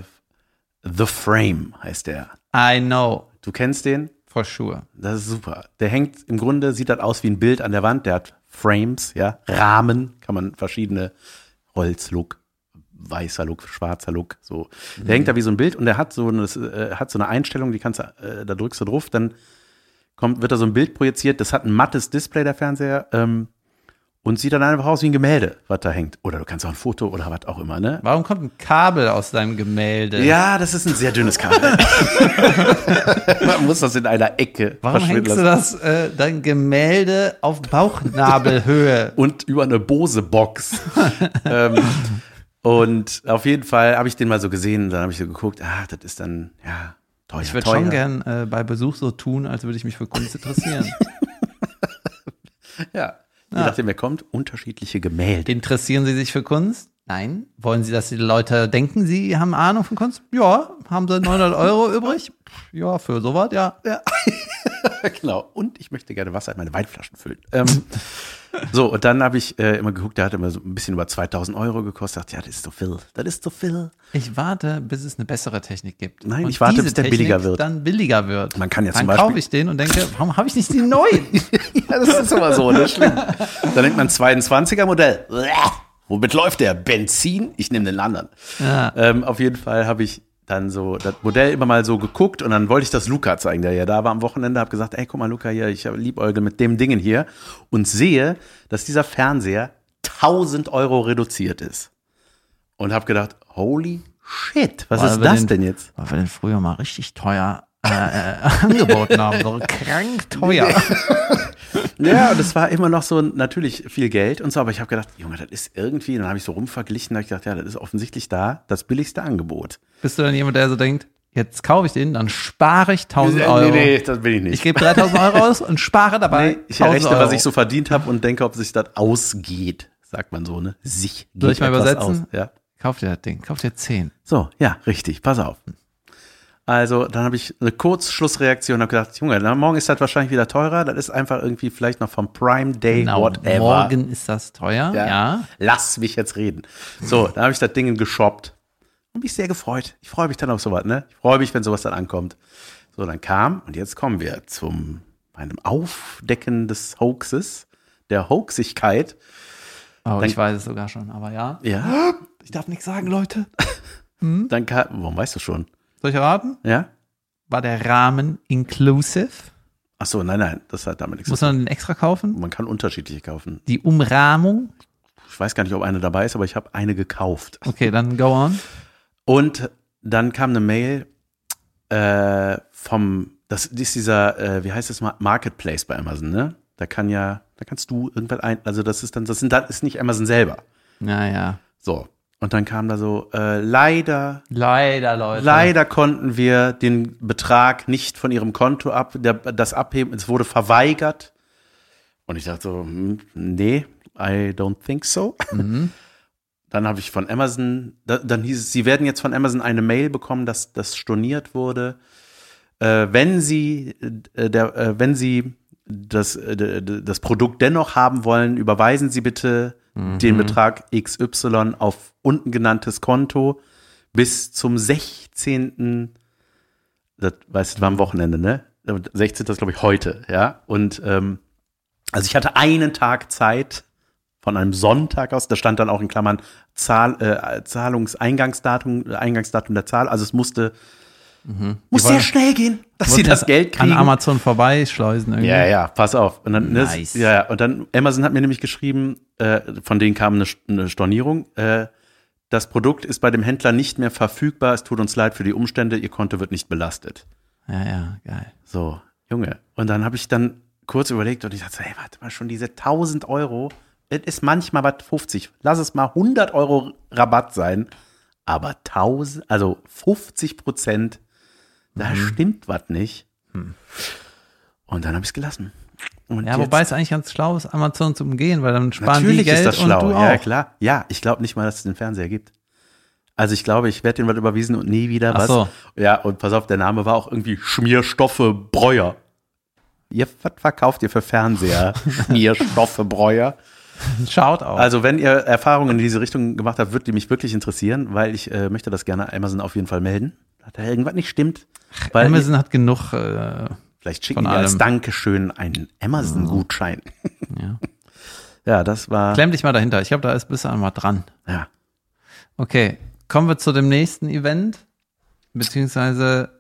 Speaker 1: The Frame heißt der.
Speaker 2: I know,
Speaker 1: Du kennst den?
Speaker 2: for sure.
Speaker 1: Das ist super. Der hängt im Grunde, sieht das aus wie ein Bild an der Wand. Der hat Frames, ja, Rahmen, kann man verschiedene Holzlook, weißer Look, schwarzer Look, so. Der hängt da wie so ein Bild und der hat so eine, äh, hat so eine Einstellung, die kannst du, äh, da drückst du drauf, dann kommt, wird da so ein Bild projiziert, das hat ein mattes Display, der Fernseher, ähm, und sieht dann einfach aus wie ein Gemälde, was da hängt. Oder du kannst auch ein Foto oder was auch immer, ne?
Speaker 2: Warum kommt ein Kabel aus deinem Gemälde?
Speaker 1: Ja, das ist ein sehr dünnes Kabel. [laughs] Man muss das in einer Ecke
Speaker 2: Warum hängst du das, äh, dein Gemälde
Speaker 1: [laughs]
Speaker 2: auf Bauchnabelhöhe?
Speaker 1: Und über eine
Speaker 2: [laughs]
Speaker 1: Bose-Box. ähm, und auf jeden Fall habe ich den mal so gesehen, dann habe ich so geguckt, ah, das ist dann, ja, teuer.
Speaker 2: Ich würde
Speaker 1: teuer.
Speaker 2: schon gern äh, bei Besuch so tun, als würde ich mich für
Speaker 1: [laughs]
Speaker 2: Kunst interessieren.
Speaker 1: Ja. Je nachdem, wer kommt, unterschiedliche Gemälde.
Speaker 2: Interessieren Sie sich für Kunst? Nein. Wollen Sie, dass die Leute denken, Sie haben Ahnung von Kunst? Ja. Haben Sie 900 Euro übrig? Ja, für sowas, ja.
Speaker 1: [laughs] genau. Und ich möchte gerne Wasser in meine Weinflaschen füllen. Ähm, so, und dann habe ich äh, immer geguckt, der hat immer so ein bisschen über 2000 Euro gekostet. Dachte, ja, das ist zu viel. Das ist zu viel.
Speaker 2: Ich warte, bis es eine bessere Technik gibt.
Speaker 1: Nein, ich warte,
Speaker 2: diese
Speaker 1: bis der
Speaker 2: Technik
Speaker 1: billiger wird.
Speaker 2: dann billiger wird.
Speaker 1: Man kann ja
Speaker 2: Dann
Speaker 1: zum Beispiel-
Speaker 2: kaufe ich den und denke, warum habe ich nicht
Speaker 1: [laughs]
Speaker 2: den neuen?
Speaker 1: Ja, das ist immer so, ne? Schlimm. Dann nimmt man ein 22er Modell. Bäh. Womit läuft der? Benzin? Ich nehme den anderen.
Speaker 2: Ja.
Speaker 1: Ähm, auf jeden Fall habe ich dann so das Modell immer mal so geguckt und dann wollte ich das Luca zeigen, der ja da war am Wochenende, habe gesagt, ey, guck mal, Luca hier, ich hab liebäugel mit dem Dingen hier und sehe, dass dieser Fernseher 1000 Euro reduziert ist. Und habe gedacht, holy shit, was
Speaker 2: Boah,
Speaker 1: ist
Speaker 2: aber
Speaker 1: das
Speaker 2: den-
Speaker 1: denn jetzt?
Speaker 2: Weil wir den früher mal richtig teuer äh, äh, [laughs] angeboten haben. So krank teuer.
Speaker 1: Ja, und es war immer noch so natürlich viel Geld und so, aber ich habe gedacht, Junge, das ist irgendwie, dann habe ich so rumverglichen, da habe ich gedacht, ja, das ist offensichtlich da das billigste Angebot.
Speaker 2: [laughs] Bist du dann jemand, der so denkt, jetzt kaufe ich den, dann spare ich 1000 Euro.
Speaker 1: das bin ich nicht.
Speaker 2: Ich gebe 3000 Euro aus und spare dabei.
Speaker 1: Nee, ich
Speaker 2: 1000
Speaker 1: errechne,
Speaker 2: Euro.
Speaker 1: was ich so verdient habe und denke, ob sich das ausgeht, sagt man so, ne? Sich geht
Speaker 2: Soll ich mal
Speaker 1: etwas
Speaker 2: übersetzen?
Speaker 1: Aus. Ja.
Speaker 2: Kauf dir das Ding, kauf dir 10.
Speaker 1: So, ja, richtig, pass auf. Also, dann habe ich eine Kurzschlussreaktion und habe gedacht, Junge, na, morgen ist das wahrscheinlich wieder teurer, das ist einfach irgendwie vielleicht noch vom Prime Day, whatever.
Speaker 2: Genau, Morgen ist das teuer, ja.
Speaker 1: Ja. Lass mich jetzt reden. So, dann habe ich das Ding geshoppt und mich sehr gefreut. Ich freue mich dann auf sowas, ne? Ich freue mich, wenn sowas dann ankommt. So, dann kam und jetzt kommen wir zum meinem Aufdecken des Hoaxes, der Hoaxigkeit.
Speaker 2: Oh, ich
Speaker 1: Dann-
Speaker 2: weiß es sogar schon, aber ja.
Speaker 1: Ja,
Speaker 2: Ich darf nichts sagen, Leute.
Speaker 1: dann kam, warum weißt du schon?
Speaker 2: Soll ich raten?
Speaker 1: Ja?
Speaker 2: War der Rahmen inclusive?
Speaker 1: Ach so, nein, nein, das hat damit nichts zu
Speaker 2: Muss
Speaker 1: tun.
Speaker 2: man den extra kaufen?
Speaker 1: Man kann unterschiedliche kaufen.
Speaker 2: Die Umrahmung?
Speaker 1: Ich weiß gar nicht, ob eine dabei ist, aber ich habe eine gekauft.
Speaker 2: Okay, dann go on.
Speaker 1: Und dann kam eine Mail äh, vom, das ist dieser, äh, wie heißt das mal, Marketplace bei Amazon, ne? Da kann ja, da kannst du irgendwas ein, also das ist dann, das, sind, das ist nicht Amazon selber.
Speaker 2: Naja.
Speaker 1: So. Und dann kam da so, äh, leider,
Speaker 2: Leider, Leute.
Speaker 1: leider konnten wir den Betrag nicht von ihrem Konto ab, der, das abheben, es wurde verweigert. Und ich dachte so, hm, nee, I don't think so.
Speaker 2: Mhm.
Speaker 1: Dann habe ich von Amazon, da, dann hieß es, Sie werden jetzt von Amazon eine Mail bekommen, dass das storniert wurde. Äh, wenn Sie, äh, der, äh, wenn Sie das, äh, d- d- das Produkt dennoch haben wollen, überweisen Sie bitte den Betrag XY auf unten genanntes Konto bis zum 16. Das, weißt du, war am Wochenende, ne? Und 16. ist, glaube ich, heute, ja. Und ähm, also ich hatte einen Tag Zeit von einem Sonntag aus, da stand dann auch in Klammern Zahl, äh, Zahlungseingangsdatum, Eingangsdatum der Zahl, also es musste, muss
Speaker 2: Mhm. Die wollen-
Speaker 1: sehr schnell gehen, dass sie
Speaker 2: Wollten
Speaker 1: das
Speaker 2: jetzt
Speaker 1: Geld kriegen.
Speaker 2: An Amazon vorbeischleusen irgendwie.
Speaker 1: Ja, ja, pass auf. Und dann,
Speaker 2: ne? Nice.
Speaker 1: das, ja, ja. und dann Amazon hat mir nämlich geschrieben, äh, von denen kam eine, eine Stornierung. Äh, das Produkt ist bei dem Händler nicht mehr verfügbar. Es tut uns leid für die Umstände. Ihr Konto wird nicht belastet.
Speaker 2: Ja, ja, geil.
Speaker 1: So, Junge. Und dann habe ich dann kurz überlegt und ich dachte, so, hey, warte mal, schon diese 1000 Euro, das ist manchmal was 50. Lass es mal 100 Euro Rabatt sein. Aber 1000, also 50 Prozent, da
Speaker 2: Mhm.
Speaker 1: stimmt was nicht. Und dann habe ich es gelassen. Und
Speaker 2: Hm. Ja,
Speaker 1: jetzt-
Speaker 2: wobei es eigentlich ganz schlau ist, Amazon zu umgehen, weil dann sparen
Speaker 1: Natürlich
Speaker 2: die Geld
Speaker 1: ist das
Speaker 2: und
Speaker 1: schlau.
Speaker 2: du auch.
Speaker 1: Ja, klar. Ja, ich glaube nicht mal, dass es den Fernseher gibt. Also ich glaube, ich werde den was überwiesen und nie wieder
Speaker 2: Ach
Speaker 1: was.
Speaker 2: so.
Speaker 1: Ja, und pass auf, der Name war auch irgendwie Schmierstoffe Breuer. Ihr, was verkauft ihr für
Speaker 2: [laughs]
Speaker 1: Fernseher? Schmierstoffe Breuer.
Speaker 2: Schaut auch.
Speaker 1: Also wenn ihr Erfahrungen in diese Richtung gemacht habt, würde die mich wirklich interessieren, weil ich äh, möchte das gerne Amazon auf jeden Fall melden. Hat da irgendwas nicht stimmt? Weil
Speaker 2: Amazon hat genug. Äh,
Speaker 1: vielleicht schicken
Speaker 2: von
Speaker 1: die als
Speaker 2: allem.
Speaker 1: Dankeschön einen Amazon-Gutschein.
Speaker 2: ja.
Speaker 1: [laughs] Ja, das war.
Speaker 2: Klemm dich mal dahinter. Ich glaube, da ist bis einmal dran.
Speaker 1: Ja.
Speaker 2: Okay, kommen wir zu dem nächsten Event. Beziehungsweise,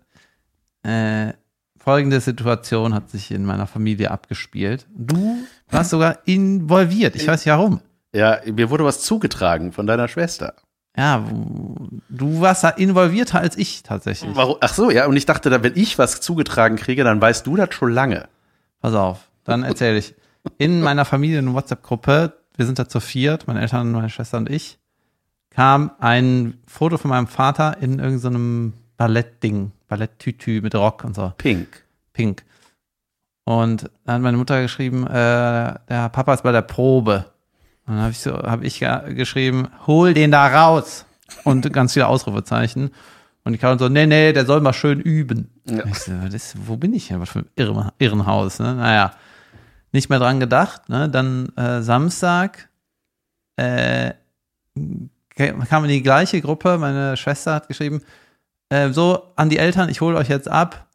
Speaker 2: äh, folgende Situation hat sich in meiner Familie abgespielt. Du warst sogar involviert. Ich weiß nicht warum.
Speaker 1: Ja, mir wurde was zugetragen von deiner Schwester.
Speaker 2: Ja, du warst da involvierter als ich tatsächlich.
Speaker 1: Warum? Ach so, ja, und ich dachte, dann, wenn ich was zugetragen kriege, dann weißt du das schon lange.
Speaker 2: Pass auf, dann erzähle ich. In meiner Familie in WhatsApp-Gruppe, wir sind da zu viert, meine Eltern, meine Schwester und ich, kam ein Foto von meinem Vater in irgendeinem Ballettding, Balletttütü mit Rock und so,
Speaker 1: Pink.
Speaker 2: pink. Und dann hat meine Mutter geschrieben, äh, der Papa ist bei der Probe. Und dann habe ich, so, hab ich ge- geschrieben, hol den da raus. Und ganz viele Ausrufezeichen. Und die Karin so, nee, nee, der soll mal schön üben.
Speaker 1: Ja.
Speaker 2: Ich so, das, wo bin ich denn? Was für ein Irren, Irrenhaus, ne? Naja, nicht mehr dran gedacht. Ne? Dann äh, Samstag äh, ke- kam in die gleiche Gruppe. Meine Schwester hat geschrieben, äh, so an die Eltern, ich hole euch jetzt ab.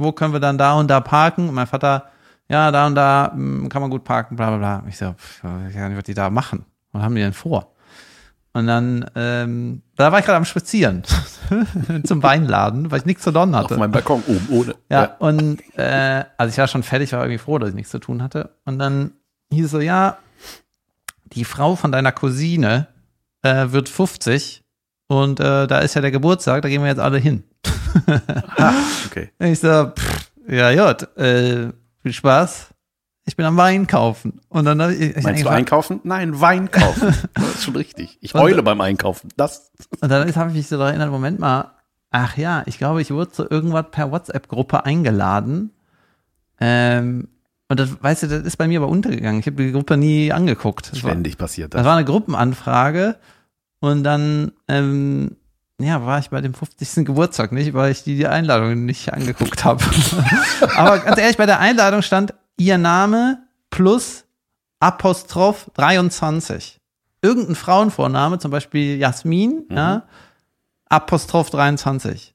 Speaker 2: Wo können wir dann da und da parken? Und mein Vater, ja, da und da mm, kann man gut parken, bla bla bla. Ich so, pff, ich weiß gar nicht, was die da machen. Was haben die denn vor? Und dann, ähm, da war ich gerade am Spazieren [laughs] zum Weinladen, weil ich nichts zu donnen hatte.
Speaker 1: Auf meinem Balkon oben, ohne.
Speaker 2: Ja, und äh, also ich war schon fertig, war irgendwie froh, dass ich nichts zu tun hatte. Und dann hieß es so, ja, die Frau von deiner Cousine äh, wird 50 und äh, da ist ja der Geburtstag, da gehen wir jetzt alle hin.
Speaker 1: Okay.
Speaker 2: Und ich so, pff, ja, Jod, äh, viel Spaß. Ich bin am Wein kaufen. Und dann hab ich, ich
Speaker 1: Meinst du
Speaker 2: eigentlich-
Speaker 1: einkaufen? Nein, Wein
Speaker 2: [laughs]
Speaker 1: kaufen. das ist schon richtig. Ich
Speaker 2: Und-
Speaker 1: heule beim Einkaufen. Das.
Speaker 2: Und dann habe ich mich so daran erinnert, Moment mal, ach ja, ich glaube, ich wurde zu irgendwas per WhatsApp-Gruppe eingeladen. Ähm, und das, weißt du, das ist bei mir aber untergegangen. Ich habe die Gruppe nie angeguckt. Das war,
Speaker 1: Ständig passiert
Speaker 2: das
Speaker 1: das.
Speaker 2: war eine Gruppenanfrage. Und dann, ähm, ja, war ich bei dem 50. Geburtstag nicht, weil ich die, die Einladung nicht angeguckt habe. [laughs] aber ganz ehrlich, bei der Einladung stand ihr Name plus Apostroph 23. Irgendein Frauenvorname, zum Beispiel Jasmin,
Speaker 1: Mhm.
Speaker 2: ja, Apostroph 23.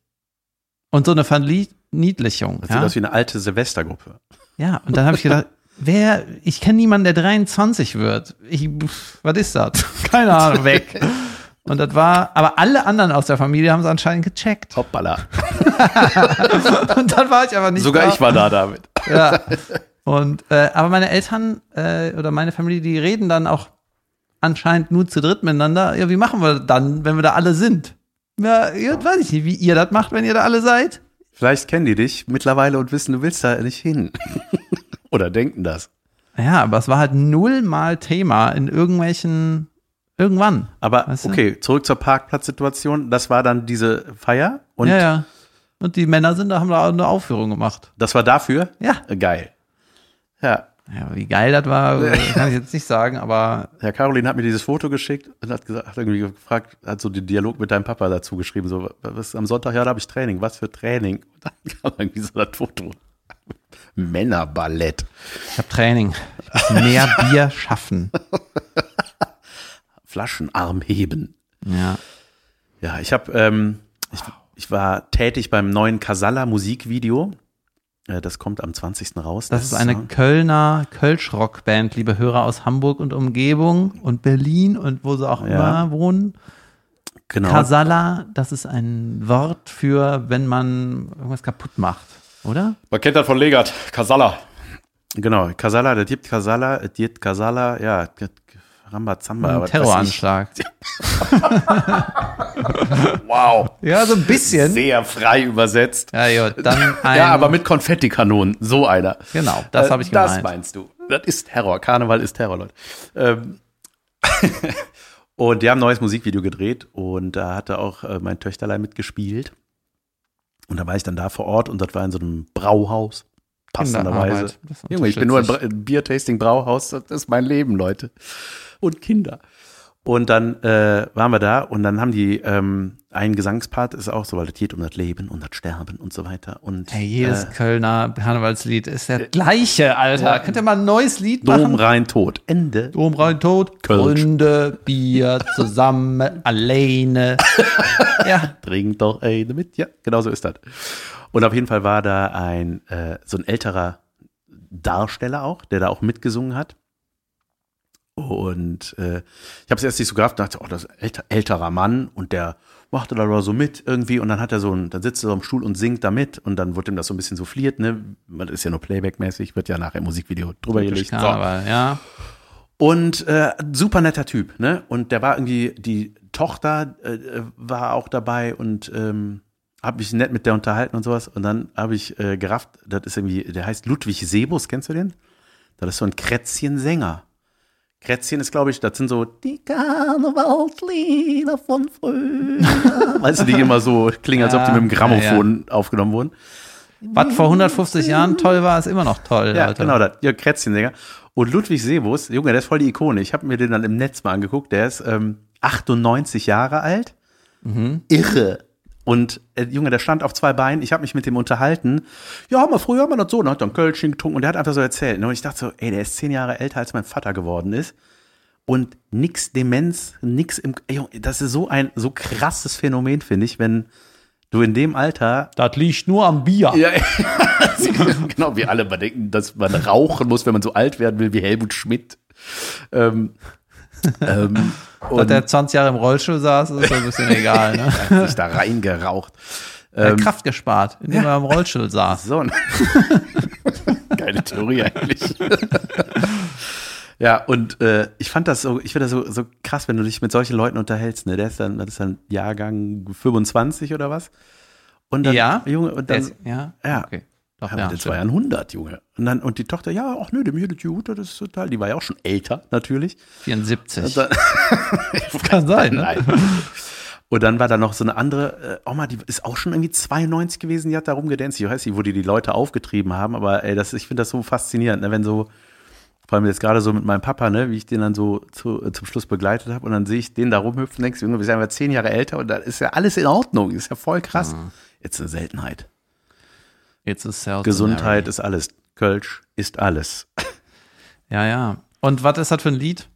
Speaker 2: Und so eine Verniedlichung.
Speaker 1: Das sieht
Speaker 2: ja.
Speaker 1: aus wie eine alte Silvestergruppe.
Speaker 2: Ja, und dann habe
Speaker 1: [laughs]
Speaker 2: ich gedacht, wer, ich kenne niemanden, der 23 wird. Ich, pff, was ist
Speaker 1: [laughs]
Speaker 2: das? Keine Ahnung, weg. Und das war, aber alle anderen aus der Familie haben es anscheinend
Speaker 1: [laughs]
Speaker 2: gecheckt.
Speaker 1: Hoppala.
Speaker 2: Und dann war ich aber nicht
Speaker 1: Sogar
Speaker 2: da.
Speaker 1: ich war da damit.
Speaker 2: Ja. Und, äh, aber meine Eltern äh, oder meine Familie, die reden dann auch anscheinend nur zu dritt miteinander. Ja, wie machen wir das dann, wenn wir da alle sind? Ja, ja, weiß ich nicht, wie ihr das macht, wenn ihr da alle seid.
Speaker 1: Vielleicht kennen die dich mittlerweile und wissen, du willst da nicht hin. [laughs] Oder denken das.
Speaker 2: Ja, aber es war halt nullmal Thema in irgendwelchen, irgendwann.
Speaker 1: Aber
Speaker 2: Weißt du?
Speaker 1: okay, zurück zur Parkplatzsituation. Das war dann diese Feier und
Speaker 2: ja, ja. Und die Männer sind da, haben da eine Aufführung gemacht.
Speaker 1: das war dafür
Speaker 2: Ja.
Speaker 1: Äh, geil. Ja,
Speaker 2: ja wie geil das war,
Speaker 1: [laughs]
Speaker 2: kann ich jetzt nicht sagen, aber
Speaker 1: Herr Caroline hat mir dieses Foto geschickt und hat, gesagt, hat irgendwie gefragt, hat so den Dialog mit deinem Papa dazu geschrieben, so, was am Sonntag, ja, da habe ich Training, was für Training? Und dann [laughs] kam irgendwie so das Foto. Männerballett.
Speaker 2: ich habe Training. Ich muss
Speaker 1: [laughs]
Speaker 2: mehr Bier schaffen.
Speaker 1: Flaschenarm heben.
Speaker 2: Ja.
Speaker 1: Ja, ich habe, ähm, ich, ich war tätig beim neuen Casalla Musikvideo. Äh, Das kommt am 20. raus.
Speaker 2: Das
Speaker 1: der
Speaker 2: ist eine
Speaker 1: Song.
Speaker 2: Kölner Kölsch-Rockband, liebe Hörer aus Hamburg und Umgebung und Berlin und wo sie auch
Speaker 1: Ja.
Speaker 2: immer wohnen.
Speaker 1: genau.
Speaker 2: Kasala, das ist ein Wort für, wenn man irgendwas kaputt macht, oder?
Speaker 3: Man kennt das von Legat, Kasala.
Speaker 1: Genau, Casala, der gibt Casala, äh, die Casala, ja, g- g- Rambazamba.
Speaker 2: Ein
Speaker 1: aber das ist
Speaker 2: Terroranschlag.
Speaker 1: Wow.
Speaker 2: Ja, so ein
Speaker 1: [laughs]
Speaker 2: bisschen.
Speaker 1: Sehr frei übersetzt.
Speaker 2: Ja, ja, dann ein,
Speaker 1: Ja, aber mit Konfettikanonen, so einer. Äh,
Speaker 2: Genau, das habe ich
Speaker 1: das
Speaker 2: gemeint.
Speaker 1: Das meinst du. Das ist Terror. Karneval ist Terror, Leute. Ähm [laughs] und die haben ein neues Musikvideo gedreht und da hatte auch äh, mein Töchterlein mitgespielt. Und da war ich dann da vor Ort und das war in so einem Brauhaus. Passenderweise.
Speaker 2: Kinderarbeit, das
Speaker 1: Junge, ich bin nur ein, Bra
Speaker 2: unterstützt
Speaker 1: ein Bier-Tasting-Brauhaus. Das ist mein Leben, Leute. Und Kinder. Und dann äh, waren wir da und dann haben die ähm, einen Gesangspart, ist auch so, weil das geht um das Leben und das Sterben und so weiter. Und
Speaker 2: Hey, jedes
Speaker 1: äh,
Speaker 2: Kölner Karnevalslied ist der gleiche, Alter. Könnt ihr mal ein neues Lied
Speaker 1: Dom
Speaker 2: machen?
Speaker 1: rein tot. Ende.
Speaker 2: Dom rein tot,
Speaker 1: Kölsch.
Speaker 2: Gründe, Bier,
Speaker 1: [laughs]
Speaker 2: zusammen, alleine. ja,
Speaker 1: Trink doch eine mit. Ja, genau so ist das. Und auf jeden Fall war da ein, äh, so ein älterer Darsteller auch, der da auch mitgesungen hat. Und äh, ich habe es erst nicht so gehabt, dachte, oh, das ist ein älter, älterer Mann und der machte da so mit irgendwie und dann hat er so ein, dann sitzt er so am Stuhl und singt da mit und dann wird ihm das so ein bisschen souffliert, ne? Das ist ja nur Playback-mäßig, wird ja nachher im Musikvideo drüber gelegt. So.
Speaker 2: Karneval, ja.
Speaker 1: Und äh, super netter Typ, ne? Und der war irgendwie, die Tochter äh, war auch dabei und ähm, habe mich nett mit der unterhalten und sowas. Und dann habe ich äh, gerafft, das ist irgendwie, der heißt Ludwig Sebus, kennst du den? Das ist so ein Krätzchen-Sänger. Krätzchen ist, glaube ich, das sind so die Karnevalslieder von früher. [laughs] weißt du, die immer so klingen, als ob die
Speaker 2: Ja,
Speaker 1: mit dem Grammophon aufgenommen wurden.
Speaker 2: Was vor 150 Jahren toll war, ist immer noch toll,
Speaker 1: Ja,
Speaker 2: Alter.
Speaker 1: genau das. Jörg Krätzchensänger. Und Ludwig Sebus, Junge, der ist voll die Ikone. Ich habe mir den dann im Netz mal angeguckt. Der ist ähm, 98 Jahre alt. Irre. Und äh, Junge, der stand auf zwei Beinen. Ich habe mich mit dem unterhalten. Ja, haben wir früher haben wir das so. Und hat dann Kölschchen getrunken. Und der hat einfach so erzählt. ne? Und ich dachte so, ey, der ist zehn Jahre älter, als mein Vater geworden ist. Und nix Demenz, nix im. Ey, Junge, das ist so ein so krasses Phänomen, finde ich, wenn du in dem Alter
Speaker 2: Das liegt nur am Bier.
Speaker 1: ja, [laughs] genau, wir alle denken, dass man rauchen muss, wenn man so alt werden will wie Helmut Schmidt. Ähm, ähm,
Speaker 2: Dass
Speaker 1: und
Speaker 2: der 20 Jahre im Rollstuhl saß, ist so ein
Speaker 1: [laughs]
Speaker 2: bisschen egal, ne?
Speaker 1: hat sich da reingeraucht.
Speaker 2: Er hat Kraft gespart, indem er im Rollstuhl saß.
Speaker 1: So. ne? [laughs] Geile Theorie eigentlich. ja, und äh, ich fand das so, ich finde das so, so krass, wenn du dich mit solchen Leuten unterhältst. Ne? Der ist dann, das ist dann Jahrgang 25 oder was. Und dann,
Speaker 2: Ja?
Speaker 1: Junge, und
Speaker 2: Der
Speaker 1: dann,
Speaker 2: ist- ja?
Speaker 1: Ja.
Speaker 2: Okay. Doch,
Speaker 1: Ja,
Speaker 2: ja,
Speaker 1: das war ja ein 100, Junge. Und, dann, und die Tochter, ja, ach nö, dem hier, das gut, das ist total. Die war ja auch schon älter, [laughs] natürlich.
Speaker 2: 74.
Speaker 1: dann-
Speaker 2: kann sein, ne?
Speaker 1: Nein. Und dann war da noch so eine andere äh, Oma, die ist auch schon irgendwie 92 gewesen, die hat da rumgedanced. Ich weiß nicht, wo die die Leute aufgetrieben haben, aber ey, das, ich finde das so faszinierend, ne? wenn so, vor allem jetzt gerade so mit meinem Papa, ne, wie ich den dann so zu, äh, zum Schluss begleitet habe und dann sehe ich den da rumhüpfen, denkst du, Junge, wir sind ja zehn Jahre älter und da ist ja alles in Ordnung, ist ja voll krass. Jetzt eine Seltenheit.
Speaker 2: Jetzt ist Sales
Speaker 1: Gesundheit ist alles. Kölsch ist alles.
Speaker 2: Ja, ja. Und was ist das für ein Lied?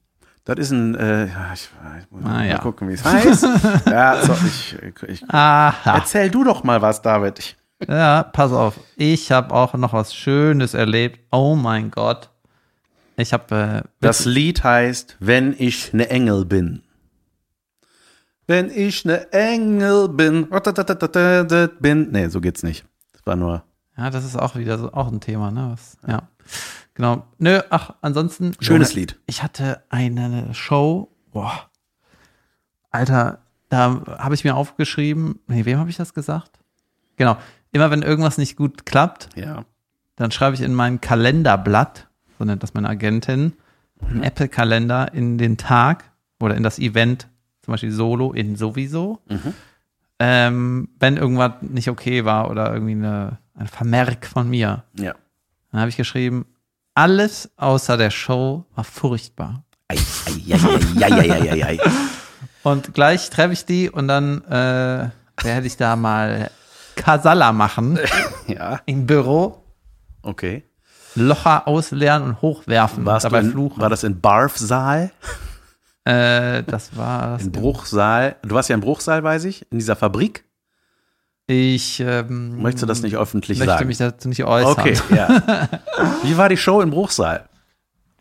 Speaker 1: Das ist ein, äh, ja, ich, ich muss mal
Speaker 2: ja.
Speaker 1: gucken, wie es [laughs] heißt. ja, so, ich, ich,
Speaker 2: Aha.
Speaker 1: erzähl du doch mal was, David. Ich,
Speaker 2: Ja, pass auf. Ich habe auch noch was Schönes erlebt. Oh mein Gott. Ich habe. Äh,
Speaker 1: Das Lied heißt Wenn ich ne Engel bin. Wenn ich ne Engel bin. bin. Nee, so geht's nicht. Das war nur.
Speaker 2: ja, das ist auch wieder so auch ein Thema, ne? Was, ja. Genau. Nö, ach, ansonsten.
Speaker 1: Schönes
Speaker 2: Junge,
Speaker 1: Lied.
Speaker 2: Ich hatte eine Show. Boah. Alter, da habe ich mir aufgeschrieben. Nee, wem habe ich das gesagt? Genau. Immer wenn irgendwas nicht gut klappt,
Speaker 1: Ja.
Speaker 2: dann schreibe ich in mein Kalenderblatt, so nennt das meine Agentin,
Speaker 1: Mhm.
Speaker 2: einen Apple-Kalender in den Tag oder in das Event, zum Beispiel Solo in sowieso.
Speaker 1: Mhm.
Speaker 2: Ähm, wenn irgendwas nicht okay war oder irgendwie eine, ein Vermerk von mir,
Speaker 1: Ja.
Speaker 2: dann habe ich geschrieben, alles außer der Show war furchtbar.
Speaker 1: Ei, ei, ei, ei, ei, ei, ei, ei, ei. [laughs]
Speaker 2: Und gleich treffe ich die und dann äh, werde ich da mal
Speaker 1: [laughs]
Speaker 2: Kasala machen
Speaker 1: Ja,
Speaker 2: im Büro,
Speaker 1: okay.
Speaker 2: Locher ausleeren und hochwerfen,
Speaker 1: Warst du in, war das in Barfsaal?
Speaker 2: Äh, das war das.
Speaker 1: In Bruchsaal? Du warst ja in Bruchsaal, weiß ich, in dieser Fabrik.
Speaker 2: Ich ähm,
Speaker 1: Möchtest du das nicht öffentlich
Speaker 2: möchte
Speaker 1: sagen?
Speaker 2: mich dazu nicht äußern.
Speaker 1: okay, ja. Wie war die Show in Bruchsaal?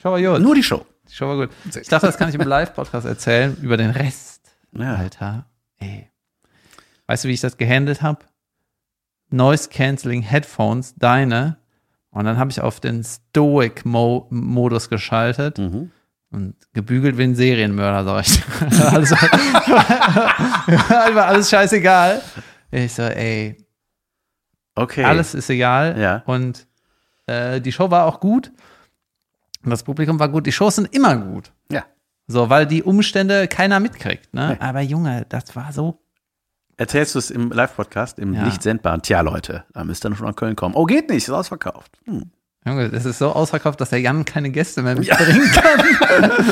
Speaker 2: Schau mal gut.
Speaker 1: Nur die Show.
Speaker 2: Schau mal gut. Ich dachte, das kann ich im Live-Podcast erzählen über den Rest.
Speaker 1: Ja. halt.
Speaker 2: Alter, ey. Weißt du, wie ich das gehandelt habe? Noise-Canceling-Headphones, deine. Und dann habe ich auf den Stoic-Modus geschaltet
Speaker 1: Mhm.
Speaker 2: und gebügelt wie ein Serienmörder, sag ich. [laughs] alles, war alles scheißegal. Ich so, ey,
Speaker 1: Okay.
Speaker 2: Alles ist egal.
Speaker 1: Ja.
Speaker 2: Und äh, die Show war auch gut. Und das Publikum war gut. Die Shows sind immer gut.
Speaker 1: Ja.
Speaker 2: So, weil die Umstände keiner mitkriegt. Ne?
Speaker 1: Nee.
Speaker 2: Aber Junge, das war so.
Speaker 1: Erzählst du es im Live-Podcast, im
Speaker 2: Ja.
Speaker 1: nicht sendbaren? Tja, Leute, da müsst ihr schon nach Köln kommen. Oh, geht nicht, ist
Speaker 2: [laughs]
Speaker 1: ausverkauft. Hm.
Speaker 2: Junge, das ist so ausverkauft, dass der Jan keine Gäste mehr mitbringen kann.
Speaker 1: [laughs]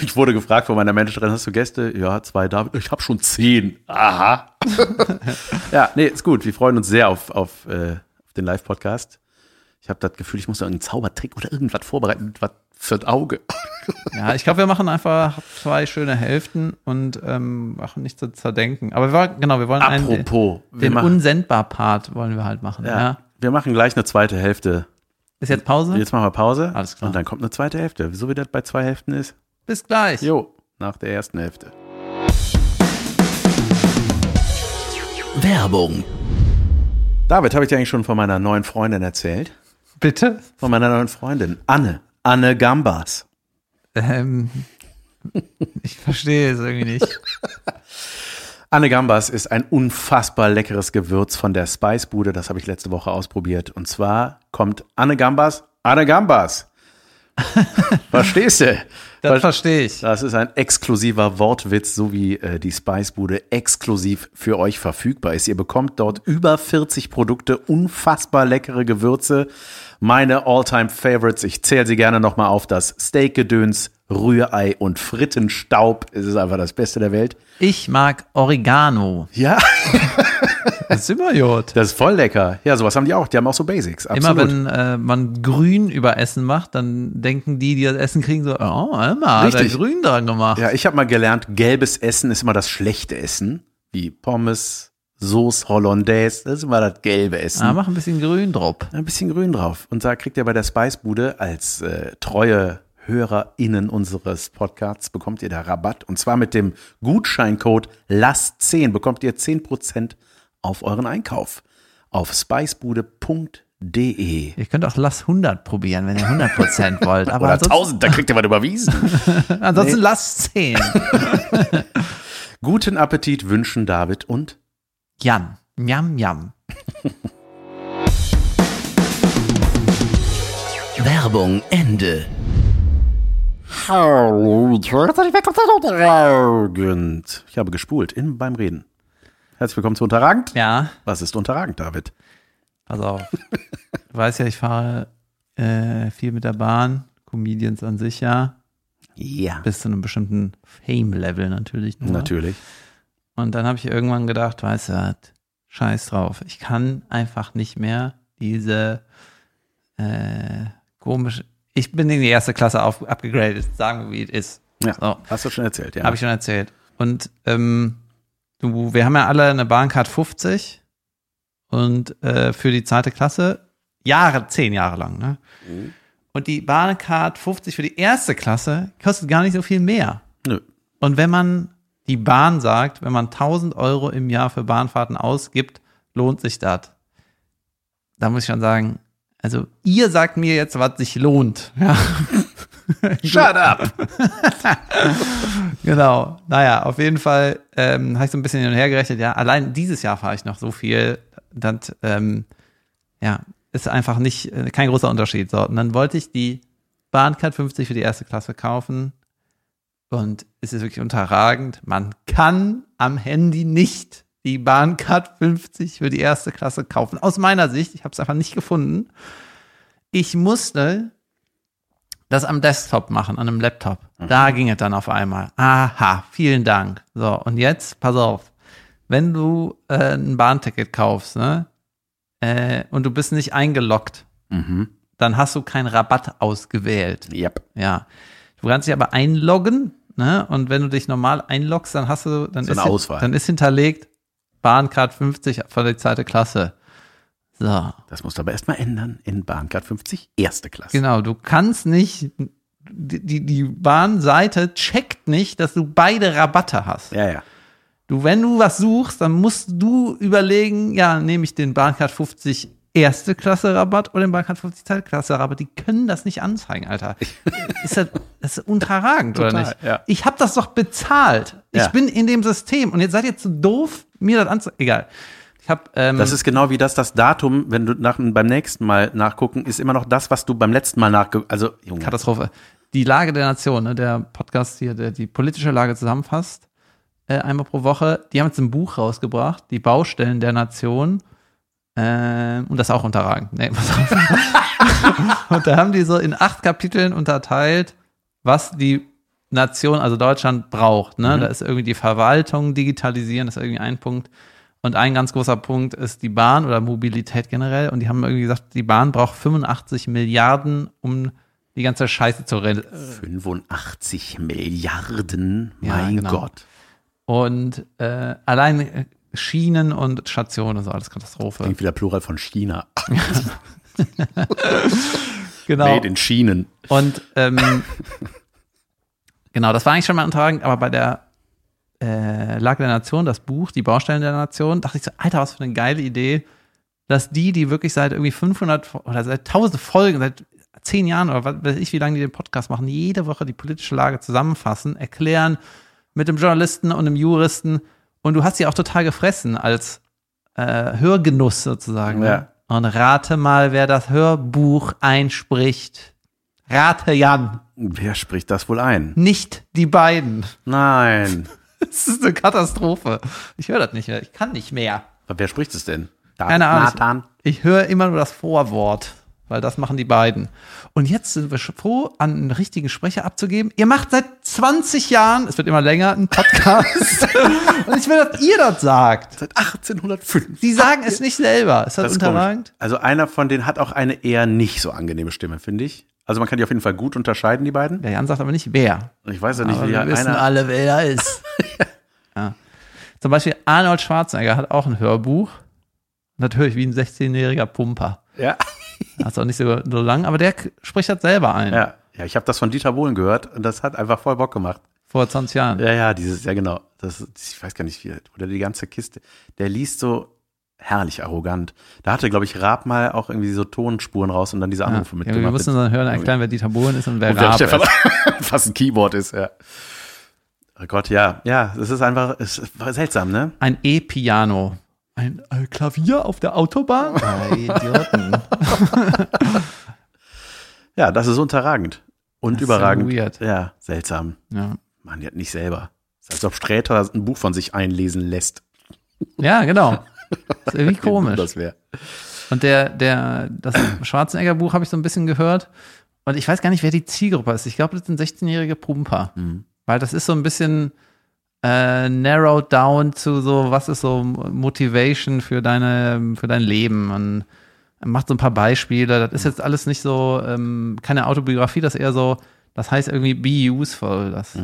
Speaker 1: Ich wurde gefragt von meiner Managerin, hast du Gäste? Ja, zwei da. Ich habe schon zehn.
Speaker 2: [laughs]
Speaker 1: Aha. ja, nee, ist gut. Wir freuen uns sehr auf, auf, äh, auf den Live-Podcast. Ich habe das Gefühl, ich muss noch irgendeinen Zaubertrick oder irgendwas vorbereiten, was für das Auge.
Speaker 2: Ja, ich glaube, wir machen einfach zwei schöne Hälften und ähm, machen nichts zu zerdenken. Aber wir wollen, genau, wir wollen einen,
Speaker 1: Apropos, wir
Speaker 2: den
Speaker 1: machen,
Speaker 2: Unsendbar-Part wollen wir halt machen. Ja.
Speaker 1: ja, wir machen gleich eine zweite Hälfte.
Speaker 2: Ist jetzt Pause?
Speaker 1: Jetzt machen wir Pause
Speaker 2: Hm? Alles klar.
Speaker 1: und dann kommt eine zweite Hälfte. So wie das bei zwei Hälften ist.
Speaker 2: Bis gleich.
Speaker 1: Jo, nach der ersten Hälfte.
Speaker 4: Werbung.
Speaker 1: David, habe ich dir eigentlich schon von meiner neuen Freundin erzählt?
Speaker 2: Bitte?
Speaker 1: Von meiner neuen Freundin, Anne. Anne Gambas.
Speaker 2: Ähm, [laughs] ich verstehe es irgendwie nicht.
Speaker 1: Anne Gambas ist ein unfassbar leckeres Gewürz von der Spicebude. Das habe ich letzte Woche ausprobiert. Und zwar kommt Anne Gambas, Anne
Speaker 2: [laughs]
Speaker 1: Gambas. Verstehst du?
Speaker 2: Das
Speaker 1: Ver-
Speaker 2: verstehe ich.
Speaker 1: Das ist ein exklusiver Wortwitz, so wie äh, die Spicebude exklusiv für euch verfügbar ist. Ihr bekommt dort über 40 Produkte, unfassbar leckere Gewürze. Meine All-Time-Favorites, ich zähle sie gerne nochmal auf, das Steakgedöns, Rührei und Frittenstaub. Es ist einfach das Beste der Welt.
Speaker 2: Ich mag Oregano.
Speaker 1: Ja,
Speaker 2: Das ist immer Jod.
Speaker 1: das ist voll lecker. Ja, sowas haben die auch. Die haben auch so Basics.
Speaker 2: [laughs] Immer
Speaker 1: Absolut.
Speaker 2: wenn äh, man grün über Essen macht, dann denken die, die das Essen kriegen, so, oh, Emma, hat er
Speaker 1: Richtig.
Speaker 2: grün dran gemacht.
Speaker 1: Ja, ich habe mal gelernt, gelbes Essen ist immer das schlechte Essen. Wie Pommes, Sauce, Hollandaise, das ist immer das gelbe Essen.
Speaker 2: Ah, mach ein bisschen grün drauf.
Speaker 1: ein bisschen grün drauf. Und da kriegt ihr bei der Spicebude als äh, treue HörerInnen unseres Podcasts, bekommt ihr da Rabatt. Und zwar mit dem Gutscheincode LASS10 bekommt ihr 10% auf euren Einkauf auf spicebude.de.
Speaker 2: Ihr könnt auch Lass 100 probieren, wenn ihr 100% wollt. Aber
Speaker 1: [laughs] Oder
Speaker 2: ansonsten,
Speaker 1: 1000, da kriegt ihr was überwiesen. [laughs]
Speaker 2: ansonsten Lass 10.
Speaker 1: Guten Appetit wünschen David und
Speaker 2: Jam, jam, jam.
Speaker 4: Werbung Ende.
Speaker 1: Hallo, Unterragend. Ich habe gespult in, beim Reden. Herzlich willkommen zu Unterragend.
Speaker 2: Ja,
Speaker 1: Was ist Unterragend, David?
Speaker 2: pass auf. Du weißt ja, ich fahre äh, viel mit der Bahn. Comedians an sich ja.
Speaker 1: Ja.
Speaker 2: Bis zu einem bestimmten Fame-Level natürlich. Nur.
Speaker 1: Natürlich.
Speaker 2: Und dann habe ich irgendwann gedacht, weißt du was, scheiß drauf. Ich kann einfach nicht mehr diese äh, komische. Ich bin in die erste Klasse auf, abgegradet, sagen wir, wie es ist.
Speaker 1: Ja,
Speaker 2: So.
Speaker 1: hast du schon erzählt, ja.
Speaker 2: Habe ich schon erzählt. Und ähm, du, wir haben ja alle eine Bahncard 50 und äh, für die zweite Klasse Jahre, zehn Jahre lang. Ne?
Speaker 1: Mhm.
Speaker 2: Und die Bahncard 50 für die erste Klasse kostet gar nicht so viel mehr.
Speaker 1: Nö.
Speaker 2: Und wenn man die Bahn sagt, wenn man 1000 Euro im Jahr für Bahnfahrten ausgibt, lohnt sich das. Da muss ich schon sagen, also ihr sagt mir jetzt, was sich lohnt. Ja.
Speaker 1: Shut up!
Speaker 2: Genau. Naja, auf jeden Fall ähm, habe ich so ein bisschen hin und her gerechnet. Ja, allein dieses Jahr fahre ich noch so viel. Das ähm, ja, ist einfach nicht äh, kein großer Unterschied. So, und dann wollte ich die Bahncard 50 für die erste Klasse kaufen. Und es ist wirklich unterragend. Man kann am Handy nicht die Bahncard 50 für die erste Klasse kaufen. Aus meiner Sicht, ich habe es einfach nicht gefunden. Ich musste das am Desktop machen, an einem Laptop.
Speaker 1: Mhm.
Speaker 2: Da ging es dann auf einmal. Aha, vielen Dank. So, und jetzt, pass auf, wenn du äh, ein Bahnticket kaufst, ne? Äh, und du bist nicht eingeloggt,
Speaker 1: Mhm.
Speaker 2: dann hast du keinen Rabatt ausgewählt.
Speaker 1: Yep.
Speaker 2: Ja. Du kannst dich aber einloggen, ne? Und wenn du dich normal einloggst, dann hast du, dann,
Speaker 1: So
Speaker 2: ist,
Speaker 1: eine
Speaker 2: hin-
Speaker 1: Auswahl.
Speaker 2: dann ist hinterlegt Bahncard 50 von der zweiten Klasse. So.
Speaker 1: Das musst du aber erstmal ändern in Bahncard 50, erste Klasse.
Speaker 2: Genau, du kannst nicht, die, die- die Bahnseite checkt nicht, dass du beide Rabatte hast.
Speaker 1: Ja, ja.
Speaker 2: Du, wenn du was suchst, dann musst du überlegen, ja, nehme ich den Bahncard 50 erste Klasse Rabatt oder den Bahncard 50 zweite Klasse Rabatt. Die können das nicht anzeigen, Alter. [laughs] Ist das, das ist unterragend, oder
Speaker 1: Total,
Speaker 2: nicht?
Speaker 1: ja.
Speaker 2: Ich habe das doch bezahlt. Ich
Speaker 1: Ja.
Speaker 2: bin in dem System und jetzt seid ihr zu doof, mir das anzuzeigen. Egal. Ich hab, ähm,
Speaker 1: Das ist genau wie das, das Datum, wenn du nach, beim nächsten Mal nachgucken, ist immer noch das, was du beim letzten Mal nachge... Also, Junge.
Speaker 2: Katastrophe. Die Lage der Nation, ne, der Podcast hier, der die politische Lage zusammenfasst, äh, einmal pro Woche. Die haben jetzt ein Buch rausgebracht, die Baustellen der Nation. Ähm, und das ist auch unterragend. Nee, [laughs] pass auf. und da haben die so in acht Kapiteln unterteilt, was die Nation, also Deutschland, braucht. Ne? Da ist irgendwie die Verwaltung, digitalisieren, das ist irgendwie ein Punkt. Und ein ganz großer Punkt ist die Bahn oder Mobilität generell. Und die haben irgendwie gesagt, die Bahn braucht 85 Milliarden, um die ganze Scheiße zu re
Speaker 1: 85 Milliarden,
Speaker 2: Ja,
Speaker 1: mein
Speaker 2: genau.
Speaker 1: Gott.
Speaker 2: Und äh, allein äh, Schienen und Stationen, also alles Katastrophe.
Speaker 1: Klingt wie der Plural von China.
Speaker 2: Genau.
Speaker 1: Made in Schienen.
Speaker 2: Und ähm, Genau, das war eigentlich schon mal unterragend, aber bei der äh, Lage der Nation, das Buch, die Baustellen der Nation, dachte ich so, Alter, was für eine geile Idee, dass die, die wirklich seit irgendwie 500 Fo- oder seit 1000 Folgen, seit 10 Jahren oder was weiß ich, wie lange die den Podcast machen, jede Woche die politische Lage zusammenfassen, erklären mit dem Journalisten und dem Juristen und du hast sie auch total gefressen als äh, Hörgenuss sozusagen. Ne? Und rate mal, wer das Hörbuch einspricht. Rate Jan,
Speaker 1: Wer spricht das wohl ein?
Speaker 2: nicht die beiden. [laughs]
Speaker 1: Nein.
Speaker 2: Das ist eine Katastrophe. Ich höre das nicht mehr. Ich kann nicht mehr.
Speaker 1: Wer spricht es denn? Da-
Speaker 2: Keine Ahnung.
Speaker 1: Nathan.
Speaker 2: Ich höre immer nur das Vorwort, weil das machen die beiden. Und jetzt sind wir sch- froh, an einen richtigen Sprecher abzugeben. Ihr macht seit 20 Jahren, es wird immer länger, einen [laughs] Podcast. Und ich will, dass ihr das sagt.
Speaker 1: Seit 1805.
Speaker 2: Sie sagen es nicht selber. Ist das,
Speaker 1: Das ist
Speaker 2: unterragend?
Speaker 1: komisch. Also einer von denen hat auch eine eher nicht so angenehme Stimme, finde ich. Also man kann die auf jeden Fall gut unterscheiden, die beiden.
Speaker 2: Der Jan sagt aber nicht, wer.
Speaker 1: Ich weiß ja nicht,
Speaker 2: Aber
Speaker 1: wie
Speaker 2: wir wissen
Speaker 1: einer.
Speaker 2: alle, wer da [laughs] ist. ja. Zum Beispiel Arnold Schwarzenegger hat auch ein Hörbuch. Natürlich wie ein 16-jähriger Pumper.
Speaker 1: Ja.
Speaker 2: Das ist auch nicht so, so lang, aber der k- spricht das selber ein.
Speaker 1: Ja, ja ich habe das von Dieter Bohlen gehört und das hat einfach voll Bock gemacht.
Speaker 2: Vor 20 Jahren.
Speaker 1: Ja, ja, dieses, ja genau. Das, ich weiß gar nicht wie, oder die ganze Kiste. Der liest so herrlich arrogant. Da hatte, glaube ich, Raab mal auch irgendwie so Tonspuren raus und dann diese Anrufe
Speaker 2: ja,
Speaker 1: mitgemacht.
Speaker 2: wir müssen dann hören, erklären, wer Dieter Bohlen ist und wer
Speaker 1: Und der
Speaker 2: Raab
Speaker 1: Stefan
Speaker 2: ist.
Speaker 1: [laughs] fast ein Keyboard ist, ja. Oh Gott, ja, ja, es ist einfach, es war seltsam, ne?
Speaker 2: Ein E-Piano. Ein äh, Klavier auf der Autobahn? Äh, [laughs] Idioten.
Speaker 1: Ja, das ist unterragend. Und
Speaker 2: Das ist ja
Speaker 1: überragend.
Speaker 2: weird.
Speaker 1: Ja, seltsam.
Speaker 2: ja.
Speaker 1: Man hat nicht selber. Ist, als ob Sträter ein Buch von sich einlesen lässt.
Speaker 2: ja, genau.
Speaker 1: [laughs]
Speaker 2: Ist irgendwie komisch.
Speaker 1: Das wäre.
Speaker 2: Und der, der, das Schwarzenegger-Buch habe ich so ein bisschen gehört. Und ich weiß gar nicht, wer die Zielgruppe ist. Ich glaube, das sind 16-jährige Pumper. Weil das ist so ein bisschen äh, narrowed down zu so, was ist so Motivation für deine, für dein Leben und macht so ein paar Beispiele. Das ist jetzt alles nicht so, ähm, keine Autobiografie, das ist eher so, das heißt irgendwie be useful. Das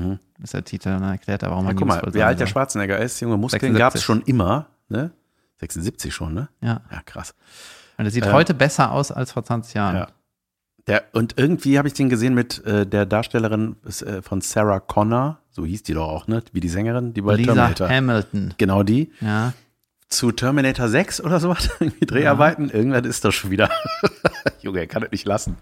Speaker 2: ist der Titel. Und dann erklärt er, warum
Speaker 1: Ja,
Speaker 2: man
Speaker 1: Mhm. guck mal,
Speaker 2: useful
Speaker 1: wie
Speaker 2: sein
Speaker 1: alt der
Speaker 2: soll.
Speaker 1: Schwarzenegger ist, Junge, Muskeln gab es
Speaker 2: 76.
Speaker 1: schon immer, ne? 76 schon, ne?
Speaker 2: Ja.
Speaker 1: Ja, krass.
Speaker 2: Und der sieht
Speaker 1: Ähm,
Speaker 2: heute besser aus als vor 20 Jahren.
Speaker 1: Ja. Der, und irgendwie habe ich den gesehen mit äh, der Darstellerin äh, von Sarah Connor, so hieß die doch auch, ne? Wie die Sängerin, die bei
Speaker 2: Lisa
Speaker 1: Terminator.
Speaker 2: Hamilton.
Speaker 1: genau die.
Speaker 2: Ja.
Speaker 1: Zu Terminator 6 oder sowas, [laughs] irgendwie Dreharbeiten. Irgendwann ist das schon wieder. [laughs] Junge, er kann das nicht lassen.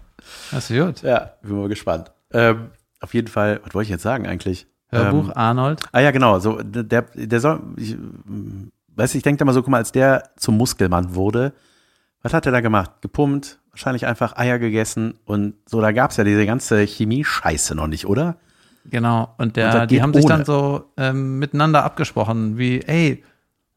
Speaker 2: Das ist gut.
Speaker 1: Ja, bin mal gespannt. Ähm, auf jeden Fall, was wollte ich jetzt sagen eigentlich?
Speaker 2: Hörbuch
Speaker 1: Ähm,
Speaker 2: Arnold.
Speaker 1: Ah ja, genau. So, der, der soll, ich, mm, weiß ich denke da mal so, guck mal, als der zum Muskelmann wurde, was hat er da gemacht? Gepumpt, wahrscheinlich einfach Eier gegessen und so, da gab's ja diese ganze Chemie-Scheiße noch nicht, oder?
Speaker 2: Genau. Und
Speaker 1: Und
Speaker 2: der,
Speaker 1: das
Speaker 2: die
Speaker 1: geht
Speaker 2: haben sich
Speaker 1: ohne.
Speaker 2: dann so ähm, miteinander abgesprochen, wie, ey,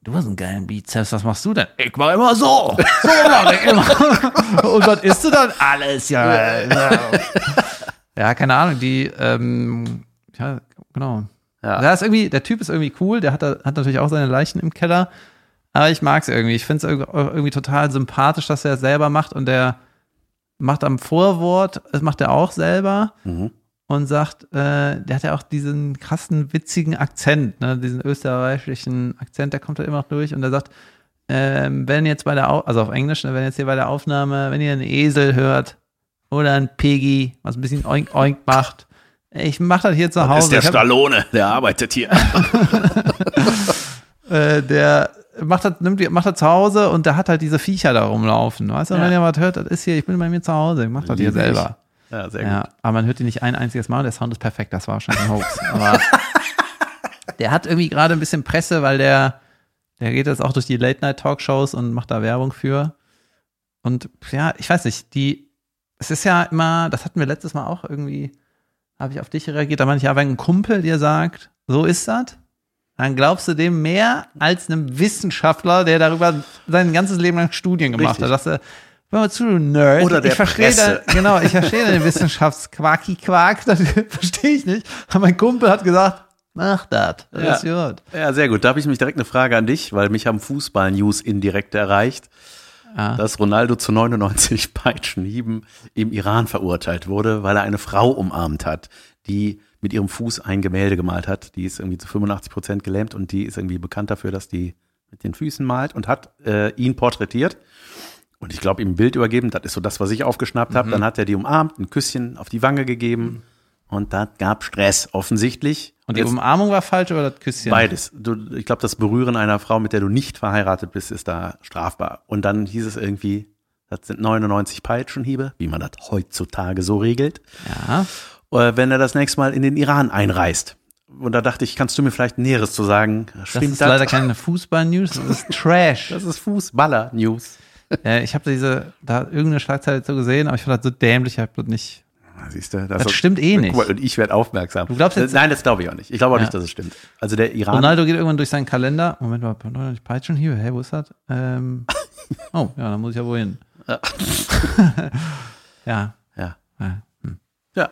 Speaker 2: du hast einen geilen Bizeps, was machst du denn? Ich mach immer so. So mach ich immer. [laughs] Und was isst du dann? Alles, ja. [laughs] Ja, ja keine Ahnung, die, ähm, ja, genau.
Speaker 1: Ja.
Speaker 2: Da ist irgendwie, der Typ ist irgendwie cool, der hat, da- hat natürlich auch seine Leichen im Keller, aber ich mag's irgendwie. Ich find's irg- irgendwie total sympathisch, dass er es selber macht und der macht am Vorwort, das macht er auch selber
Speaker 1: Mhm.
Speaker 2: und sagt, äh, der hat ja auch diesen krassen, witzigen Akzent, ne? diesen österreichischen Akzent, der kommt da immer noch durch und der sagt, ähm, wenn jetzt bei der, Au also auf Englisch, ne, wenn jetzt hier bei der Aufnahme, wenn ihr einen Esel hört oder einen Piggy, was ein bisschen oink oink macht, ich mach das hier zu Hause.
Speaker 1: ist der
Speaker 2: Ich hab-
Speaker 1: Stallone, der arbeitet [laughs] hier.
Speaker 2: äh, der macht das, nimmt, die- macht das zu Hause und der hat halt diese Viecher da rumlaufen. Weißt du, Und
Speaker 1: Ja.
Speaker 2: wenn ihr was hört, das ist hier, ich bin bei mir zu Hause, ich mach das hier
Speaker 1: Liebe ich.
Speaker 2: selber.
Speaker 1: ja, sehr
Speaker 2: Ja,
Speaker 1: gut.
Speaker 2: aber man hört ihn nicht ein einziges Mal und der Sound ist perfekt, das war wahrscheinlich ein Hoax.
Speaker 1: [laughs]
Speaker 2: aber der hat irgendwie gerade ein bisschen Presse, weil der, der geht jetzt auch durch die Late-Night-Talkshows und macht da Werbung für. Und ja, ich weiß nicht, die, es ist ja immer, das hatten wir letztes Mal auch irgendwie, habe ich auf dich reagiert, da meinte ich, ja, wenn ein Kumpel dir sagt, so ist das, dann glaubst du dem mehr als einem Wissenschaftler, der darüber sein ganzes Leben lang Studien gemacht
Speaker 1: Richtig.
Speaker 2: hat. Dass er, hör mal zu, du Nerd.
Speaker 1: Oder der
Speaker 2: ich verstehe
Speaker 1: Presse.
Speaker 2: da- genau, ich verstehe den Wissenschaftsquaki-Quark, das [laughs] verstehe ich nicht. Aber mein Kumpel hat gesagt, mach das, das
Speaker 1: Ja.
Speaker 2: ist gut.
Speaker 1: Ja, sehr gut. Da habe ich mich direkt eine Frage an dich, weil mich haben Fußball-News indirekt erreicht,
Speaker 2: Ah.
Speaker 1: dass Ronaldo zu [laughs] 99 Peitschenhieben im Iran verurteilt wurde, weil er eine Frau umarmt hat, die mit ihrem Fuß ein Gemälde gemalt hat. Die ist irgendwie zu 85 Prozent gelähmt und die ist irgendwie bekannt dafür, dass die mit den Füßen malt und hat äh, ihn porträtiert. Und ich
Speaker 2: Mhm.
Speaker 1: glaube, ihm ein Bild übergeben, das ist so das, was ich aufgeschnappt habe. Dann hat er die umarmt, ein Küsschen auf die Wange gegeben. Und das gab Stress, offensichtlich.
Speaker 2: Mhm. Und die Umarmung war falsch oder das Küsschen?
Speaker 1: Beides. Du, ich glaube, das Berühren einer Frau, mit der du nicht verheiratet bist, ist da strafbar. Und dann hieß es irgendwie, das sind 99 Peitschenhiebe, wie man das heutzutage so regelt,
Speaker 2: Ja.
Speaker 1: äh, wenn er das nächste Mal in den Iran einreist. Und da dachte ich, kannst du mir vielleicht Näheres zu sagen?
Speaker 2: Das ist leider keine Fußball-News, das ist
Speaker 1: [laughs]
Speaker 2: Trash.
Speaker 1: das ist Fußballer-News.
Speaker 2: äh, ich habe diese, da irgendeine Schlagzeile zu gesehen, aber ich fand das so dämlich, ich hab das nicht.
Speaker 1: Ah, Siehst du,
Speaker 2: Das stimmt eh nicht.
Speaker 1: Also, Guck mal, Und ich werde aufmerksam. Du
Speaker 2: glaubst jetzt-
Speaker 1: Nein, das glaube ich auch nicht. Ich glaube auch
Speaker 2: Ja.
Speaker 1: nicht, dass es stimmt. Also der Iran.
Speaker 2: Ronaldo geht irgendwann durch seinen Kalender. Moment mal, Ronaldo peitschen hier, hey, wo ist das?
Speaker 1: [laughs]
Speaker 2: Ähm, oh, ja, da muss ich ja wohl hin.
Speaker 1: Ja.
Speaker 2: [laughs] ja,
Speaker 1: Ja.
Speaker 2: Ja. hm.
Speaker 1: ja.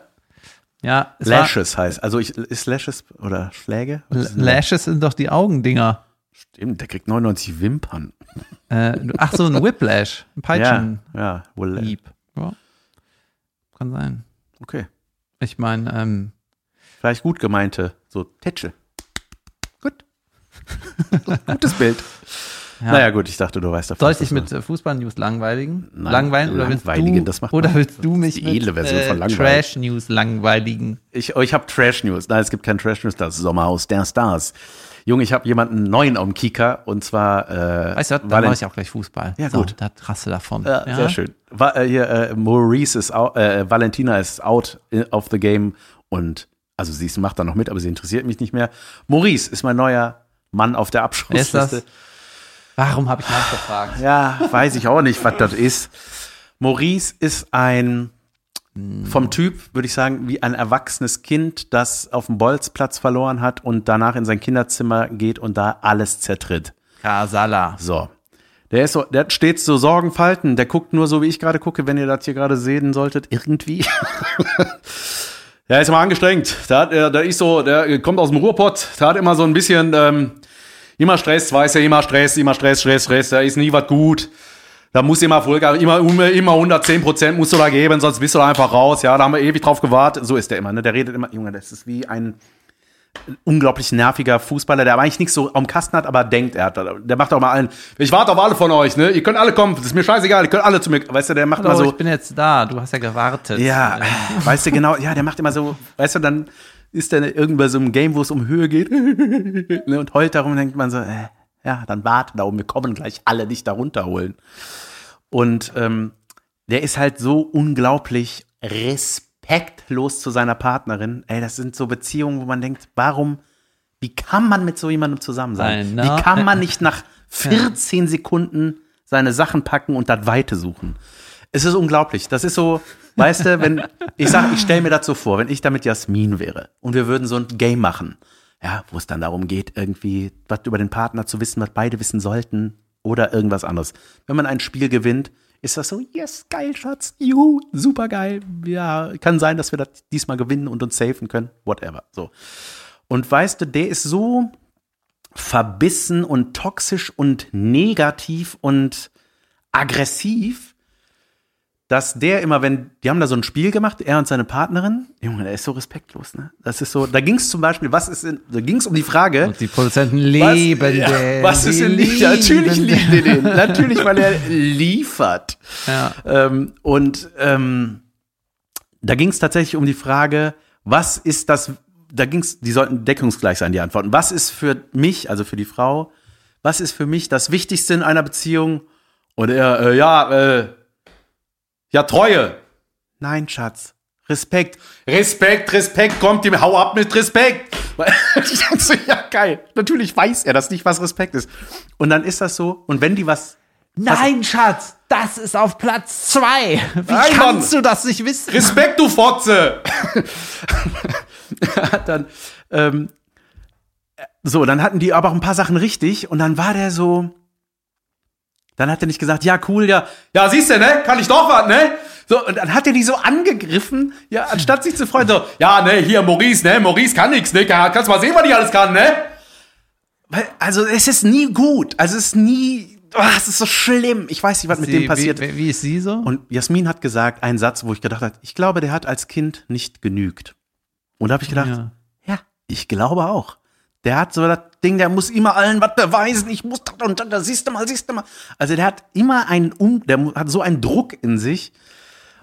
Speaker 2: ja. es war-
Speaker 1: Lashes heißt. Also ich, ist Lashes oder Schläge? Was ist denn das?
Speaker 2: Lashes sind doch die Augendinger.
Speaker 1: Stimmt, der kriegt 99 Wimpern.
Speaker 2: Äh, du- ach
Speaker 1: [laughs]
Speaker 2: so, ein Whiplash,
Speaker 1: Ja,
Speaker 2: ein Peitschenhieb.
Speaker 1: ja, wohl.
Speaker 2: Ja. Kann sein.
Speaker 1: Okay.
Speaker 2: Ich meine, ähm,
Speaker 1: Vielleicht gut gemeinte, so Tätsche. Gut. [laughs] Gutes Bild.
Speaker 2: ja.
Speaker 1: Naja, gut, ich dachte, du weißt davon.
Speaker 2: soll ich dich mit äh, Fußball-News langweiligen?
Speaker 1: Nein,
Speaker 2: langweilen oder willst
Speaker 1: langweiligen,
Speaker 2: du,
Speaker 1: das macht
Speaker 2: oder
Speaker 1: man.
Speaker 2: willst du mich
Speaker 1: die
Speaker 2: mit äh,
Speaker 1: edle Version von langweilig.
Speaker 2: Trash-News langweiligen?
Speaker 1: Ich, oh, ich habe Trash News. Nein, es gibt kein Trash News, das ist Sommerhaus der Stars. Junge, ich habe jemanden neuen am Kika und zwar. Äh,
Speaker 2: Weißt du was, dann
Speaker 1: Valen-
Speaker 2: mache ich auch gleich Fußball.
Speaker 1: Ja,
Speaker 2: so,
Speaker 1: gut.
Speaker 2: Da rasse davon.
Speaker 1: Ja, sehr schön. Wa äh, hier, äh, Maurice ist out, äh, Valentina ist out i- of the game und also sie ist- macht da noch mit, aber sie interessiert mich nicht mehr. Maurice ist mein neuer Mann auf der
Speaker 2: Wer ist das?
Speaker 1: Abschlussliste.
Speaker 2: Warum habe ich nachgefragt?
Speaker 1: Ja, weiß ich auch nicht, was das ist. Maurice ist ein vom Typ, würde ich sagen, wie ein erwachsenes Kind, das auf dem Bolzplatz verloren hat und danach in sein Kinderzimmer geht und da alles zertritt.
Speaker 2: Kasala.
Speaker 1: So. Der ist so, der hat stets so Sorgenfalten. Der guckt nur so, wie ich gerade gucke, wenn ihr das hier gerade sehen solltet, irgendwie. der ist immer angestrengt. Der, hat, äh, der ist so, der kommt aus dem Ruhrpott. Der hat immer so ein bisschen, ähm, immer Stress, weiß er, immer Stress, immer Stress, Stress, Stress. Da ist nie was gut. Da muss immer Vollgas, immer, um, immer 110 Prozent musst du da geben, sonst bist du da einfach raus. Ja, da haben wir ewig drauf gewartet. So ist der immer, ne? Der redet immer, Junge, das ist wie ein, unglaublich nerviger Fußballer, der aber eigentlich nichts so am Kasten hat, aber denkt, er hat, der macht auch mal allen, ich warte auf alle von euch, ne? Ihr könnt alle kommen, das ist mir scheißegal, ihr könnt alle zu mir, weißt du, der macht
Speaker 2: Hallo,
Speaker 1: mal so,
Speaker 2: ich bin jetzt da. Du hast ja gewartet.
Speaker 1: ja,
Speaker 2: äh,
Speaker 1: [laughs] weißt du genau, ja, der macht immer so, weißt du, dann ist der irgendwo bei so einem Game, wo es um Höhe geht, [laughs] ne, und heult darum, denkt man so, äh, ja, dann warte da oben, wir kommen gleich alle dich da runterholen. Und ähm, der ist halt so unglaublich respektlos zu seiner Partnerin. Ey, das sind so Beziehungen, wo man denkt, warum, wie kann man mit so jemandem zusammen
Speaker 2: I
Speaker 1: sein?
Speaker 2: know.
Speaker 1: Wie kann
Speaker 2: [laughs]
Speaker 1: man nicht nach 14 Sekunden seine Sachen packen und das Weite suchen? Es ist unglaublich. Das ist so, weißt du, wenn ich sage, ich stelle mir das so vor, wenn ich damit Jasmin wäre und wir würden so ein Game machen, ja, wo es dann darum geht, irgendwie was über den Partner zu wissen, was beide wissen sollten oder irgendwas anderes. Wenn man ein Spiel gewinnt, ist das so, yes, geil, Schatz, juhu, super geil. Ja, kann sein, dass wir das diesmal gewinnen und uns safen können, whatever. So. Und weißt du, der ist so verbissen und toxisch und negativ und aggressiv, dass der immer, wenn, die haben da so ein Spiel gemacht, er und seine Partnerin, Junge, der ist so respektlos, ne? Das ist so, da ging es zum Beispiel, was ist in, da ging es um die Frage,
Speaker 2: Und die Produzenten lieben
Speaker 1: was,
Speaker 2: den.
Speaker 1: ja, was ist
Speaker 2: Die
Speaker 1: in Ja, Natürlich
Speaker 2: lieben
Speaker 1: lieben die den. Natürlich, weil er liefert.
Speaker 2: Ja.
Speaker 1: Ähm, und ähm, da ging es tatsächlich um die Frage, was ist das, da ging es, die sollten deckungsgleich sein, die Antworten. Was ist für mich, also für die Frau, was ist für mich das Wichtigste in einer Beziehung? Und er, äh, ja, äh, ja, Treue. Nein, Schatz. Respekt. Respekt, Respekt, kommt ihm, hau ab mit Respekt. [laughs] Ich dachte so, ja, geil. Natürlich weiß er das nicht, was Respekt ist. Und dann ist das so, und wenn die was.
Speaker 2: Nein, Schatz, das ist auf Platz zwei. Wie
Speaker 1: Nein,
Speaker 2: kannst
Speaker 1: Mann.
Speaker 2: du das nicht wissen?
Speaker 1: Respekt, du [laughs] Fotze! dann, ähm, so, dann hatten die aber auch ein paar Sachen richtig und dann war der so. Dann hat er nicht gesagt, ja, cool, ja, ja, siehst du, ne? Kann ich doch was, ne? So, und dann hat er die so angegriffen, ja, anstatt sich zu freuen, so, ja, ne, hier, Maurice, ne, Maurice kann nix, ne? Kann, kannst mal sehen, was die alles kann, ne? Weil, also, es ist nie gut. Also, es ist nie, oh, es ist so schlimm. Ich weiß nicht, was mit
Speaker 2: Sie-
Speaker 1: dem passiert.
Speaker 2: Wie, wie, wie ist sie so?
Speaker 1: Und Jasmin hat gesagt, einen Satz, wo ich gedacht habe, ich glaube, der hat als Kind nicht genügt. Und da habe ich gedacht, ja.
Speaker 2: Ja.
Speaker 1: ich glaube auch. Der hat so das Ding, der muss immer allen was beweisen, ich muss das und das, das siehst du mal, siehst du mal. Also der hat immer einen, um, der mu- hat so einen Druck in sich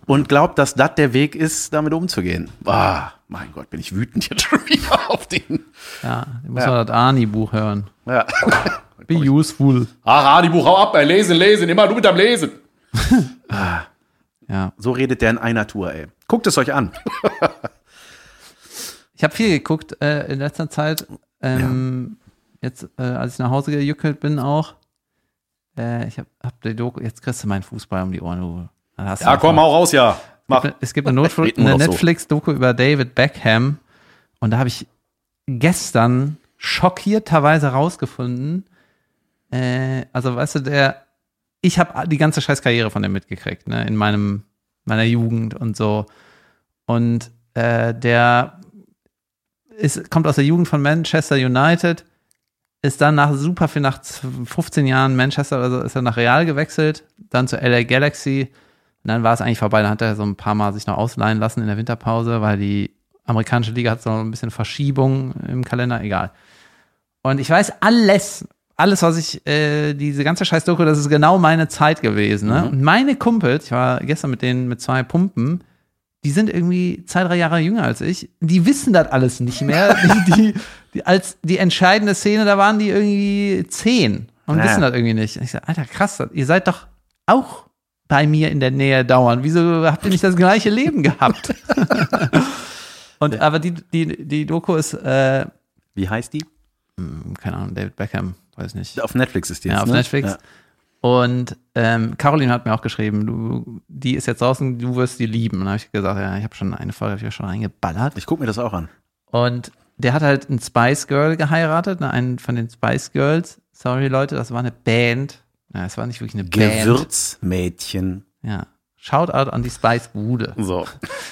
Speaker 1: und glaubt, dass das der Weg ist, damit umzugehen. Ah, Mein Gott, bin ich wütend jetzt schon wieder [laughs] auf den.
Speaker 2: Ja, ich muss mal das Arni-Buch hören.
Speaker 3: [laughs]
Speaker 1: Ja.
Speaker 2: Be useful.
Speaker 3: Ach, Adi, Buch, hau ab, ey. Lesen, lesen. Immer du mit deinem Lesen.
Speaker 2: Ja.
Speaker 1: So redet der in einer Tour, ey. Guckt es euch an.
Speaker 2: Ich habe viel geguckt äh, in letzter Zeit. Ähm, Jetzt, äh, als ich nach Hause gejückelt bin, auch. Äh, ich habe hab die Doku. Jetzt kriegst du meinen Fußball um die Ohren. Du. Dann hast du
Speaker 3: Ja,
Speaker 2: noch
Speaker 3: komm,
Speaker 2: mal-
Speaker 3: hau raus, ja. Mach.
Speaker 2: Es gibt eine,
Speaker 1: [laughs]
Speaker 2: Not-
Speaker 1: Red nur
Speaker 2: eine
Speaker 1: noch so.
Speaker 2: Netflix-Doku über David Beckham. Und da habe ich gestern schockierterweise rausgefunden, äh, also weißt du, der, ich habe die ganze scheiß Karriere von dem mitgekriegt, ne, in meinem, meiner Jugend und so. Und äh, der ist, kommt aus der Jugend von Manchester United, ist dann nach super viel, nach 15 Jahren Manchester oder so, ist er nach Real gewechselt, dann zu LA Galaxy, und dann war es eigentlich vorbei. Dann hat er so ein paar Mal sich noch ausleihen lassen in der Winterpause, weil die amerikanische Liga hat so ein bisschen Verschiebung im Kalender, egal. Und ich weiß alles, alles, was ich, äh, diese ganze Scheiß-Doku, das ist genau meine Zeit gewesen. Ne? Und meine Kumpels, ich war gestern mit denen mit zwei Pumpen, die sind irgendwie zwei, drei Jahre jünger als ich. Die wissen das alles nicht mehr. die, die, die, als die entscheidende Szene, da waren die irgendwie zehn und
Speaker 1: Ja.
Speaker 2: wissen das irgendwie nicht. Und ich sage, Alter, krass, das- ihr seid doch auch bei mir in der Nähe dauern. Wieso habt ihr nicht das gleiche Leben gehabt? und aber die, die, die Doku ist, äh,
Speaker 1: Wie heißt die?
Speaker 2: keine Ahnung, David Beckham, weiß nicht.
Speaker 1: Auf Netflix ist die jetzt.
Speaker 2: Ja, auf
Speaker 1: ne?
Speaker 2: Netflix.
Speaker 1: Ja.
Speaker 2: Und ähm, Caroline hat mir auch geschrieben, du, die ist jetzt draußen, du wirst die lieben. Und dann habe ich gesagt, ja, ich habe schon eine Folge, hab ich ja schon reingeballert.
Speaker 1: Ich gucke mir das auch an.
Speaker 2: Und der hat halt ein Spice Girl geheiratet, ne, einen von den Spice Girls. Sorry Leute, das war eine Band. Ja, es war nicht wirklich eine Band.
Speaker 1: Gewürzmädchen.
Speaker 2: Ja. Shoutout an die Spice Bude.
Speaker 1: [laughs] So.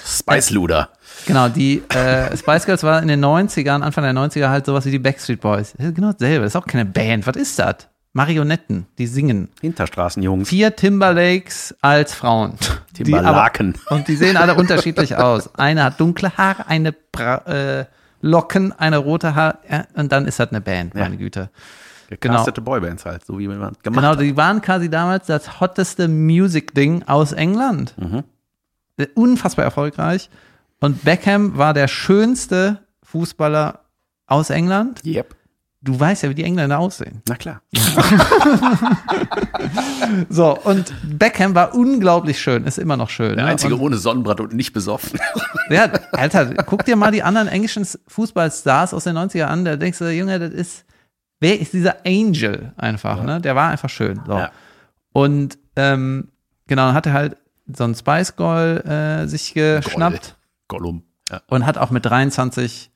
Speaker 1: Spice Luder.
Speaker 2: Genau, die äh, Spice Girls war in den 90ern, Anfang der 90er halt sowas wie die Backstreet Boys. Das ist genau dasselbe. Das ist auch keine Band. Was ist das? Marionetten, die singen.
Speaker 1: Hinterstraßenjungs.
Speaker 2: Vier Timberlakes als Frauen. Die
Speaker 1: Timberlaken.
Speaker 2: aber- genau. Und die sehen alle unterschiedlich aus. Eine hat dunkle Haare, eine bra äh, Locken, eine rote Haare. Ja, und dann ist das eine Band, meine Güte.
Speaker 1: Gecastete Boybands halt, so wie man gemacht
Speaker 2: Genau,
Speaker 1: hat.
Speaker 2: die waren quasi damals das hotteste Music-Ding aus England.
Speaker 1: Mhm.
Speaker 2: Unfassbar erfolgreich. Und Beckham war der schönste Fußballer aus England.
Speaker 1: Yep.
Speaker 2: Du weißt ja, wie die Engländer aussehen.
Speaker 1: Na klar.
Speaker 2: So, und Beckham war unglaublich schön, ist immer noch schön.
Speaker 1: Der
Speaker 2: ne?
Speaker 1: einzige
Speaker 2: und,
Speaker 1: ohne Sonnenbrand Genau. und nicht besoffen.
Speaker 2: ja, Alter, guck dir mal die anderen englischen Fußballstars aus den 90er an, da denkst du, Junge, das ist, wer ist dieser Angel einfach, ne? Der war einfach schön. So.
Speaker 1: Ja.
Speaker 2: Und ähm, genau, dann hat er halt so ein Spice Girl äh, sich geschnappt
Speaker 1: [laughs] Gollum. Ja.
Speaker 2: und hat auch mit 23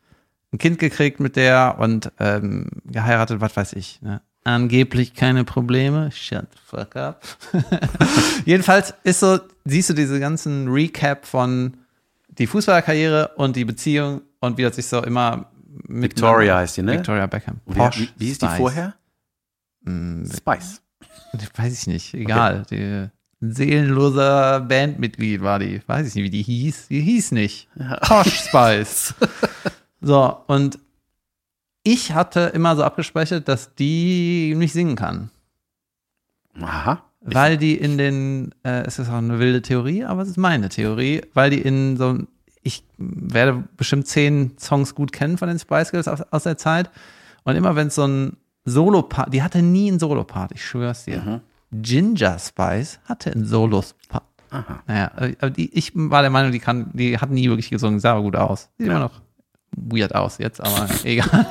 Speaker 2: ein Kind gekriegt mit der und ähm, geheiratet, was weiß ich. Ne? Angeblich keine Probleme. Shut the fuck up. [laughs] Jedenfalls ist so, siehst du diese ganzen Recap von die Fußballerkarriere und die Beziehung und wie das sich so immer mit
Speaker 1: Victoria heißt die, ne?
Speaker 2: Victoria Beckham.
Speaker 1: Wie,
Speaker 2: Posh,
Speaker 1: wie, wie ist die
Speaker 2: Spice.
Speaker 1: vorher?
Speaker 2: Mm,
Speaker 1: Spice.
Speaker 2: [laughs] Weiß ich nicht, egal. Die seelenloser Bandmitglied war die. Weiß ich nicht, wie die hieß. Die hieß nicht. Posh Spice. so, und ich hatte immer so abgespeichert, dass die nicht singen kann.
Speaker 1: Aha.
Speaker 2: Weil die in den, äh, es ist auch eine wilde Theorie, aber es ist meine Theorie, weil die in so, ich werde bestimmt zehn Songs gut kennen von den Spice Girls aus, aus der Zeit. Und immer wenn es so ein Solo-Part, die hatte nie einen Solo-Part, ich schwör's dir. Ginger Spice hatte einen Solo-Part. Naja, äh, aber die, ich war der Meinung, die kann, die hat nie wirklich gesungen, sah aber gut aus. Sieht immer noch weird aus jetzt, aber [laughs] egal.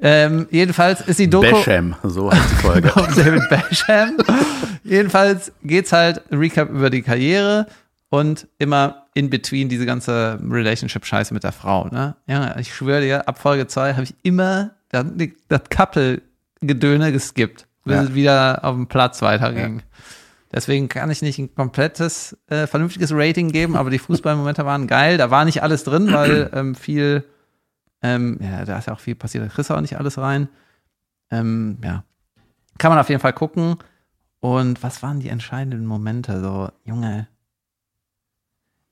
Speaker 2: ähm, jedenfalls ist die Doku.
Speaker 1: Basham, so heißt die Folge.
Speaker 2: [laughs] Auf David Basham. Jedenfalls geht's halt Recap über die Karriere und immer in between diese ganze Relationship-Scheiße mit der Frau. Ne? Ja, ich schwöre dir, ab Folge 2 habe ich immer das, das Couple-Gedöne geskippt, bis
Speaker 1: Ja.
Speaker 2: es wieder auf dem Platz weiterging. Deswegen kann ich nicht ein komplettes, äh, vernünftiges Rating geben, aber die Fußballmomente waren geil. Da war nicht alles drin, weil ähm, viel, ähm, ja, da ist ja auch viel passiert. Da kriegst du auch nicht alles rein. Ähm, ja, kann man auf jeden Fall gucken. Und was waren die entscheidenden Momente? So, Junge.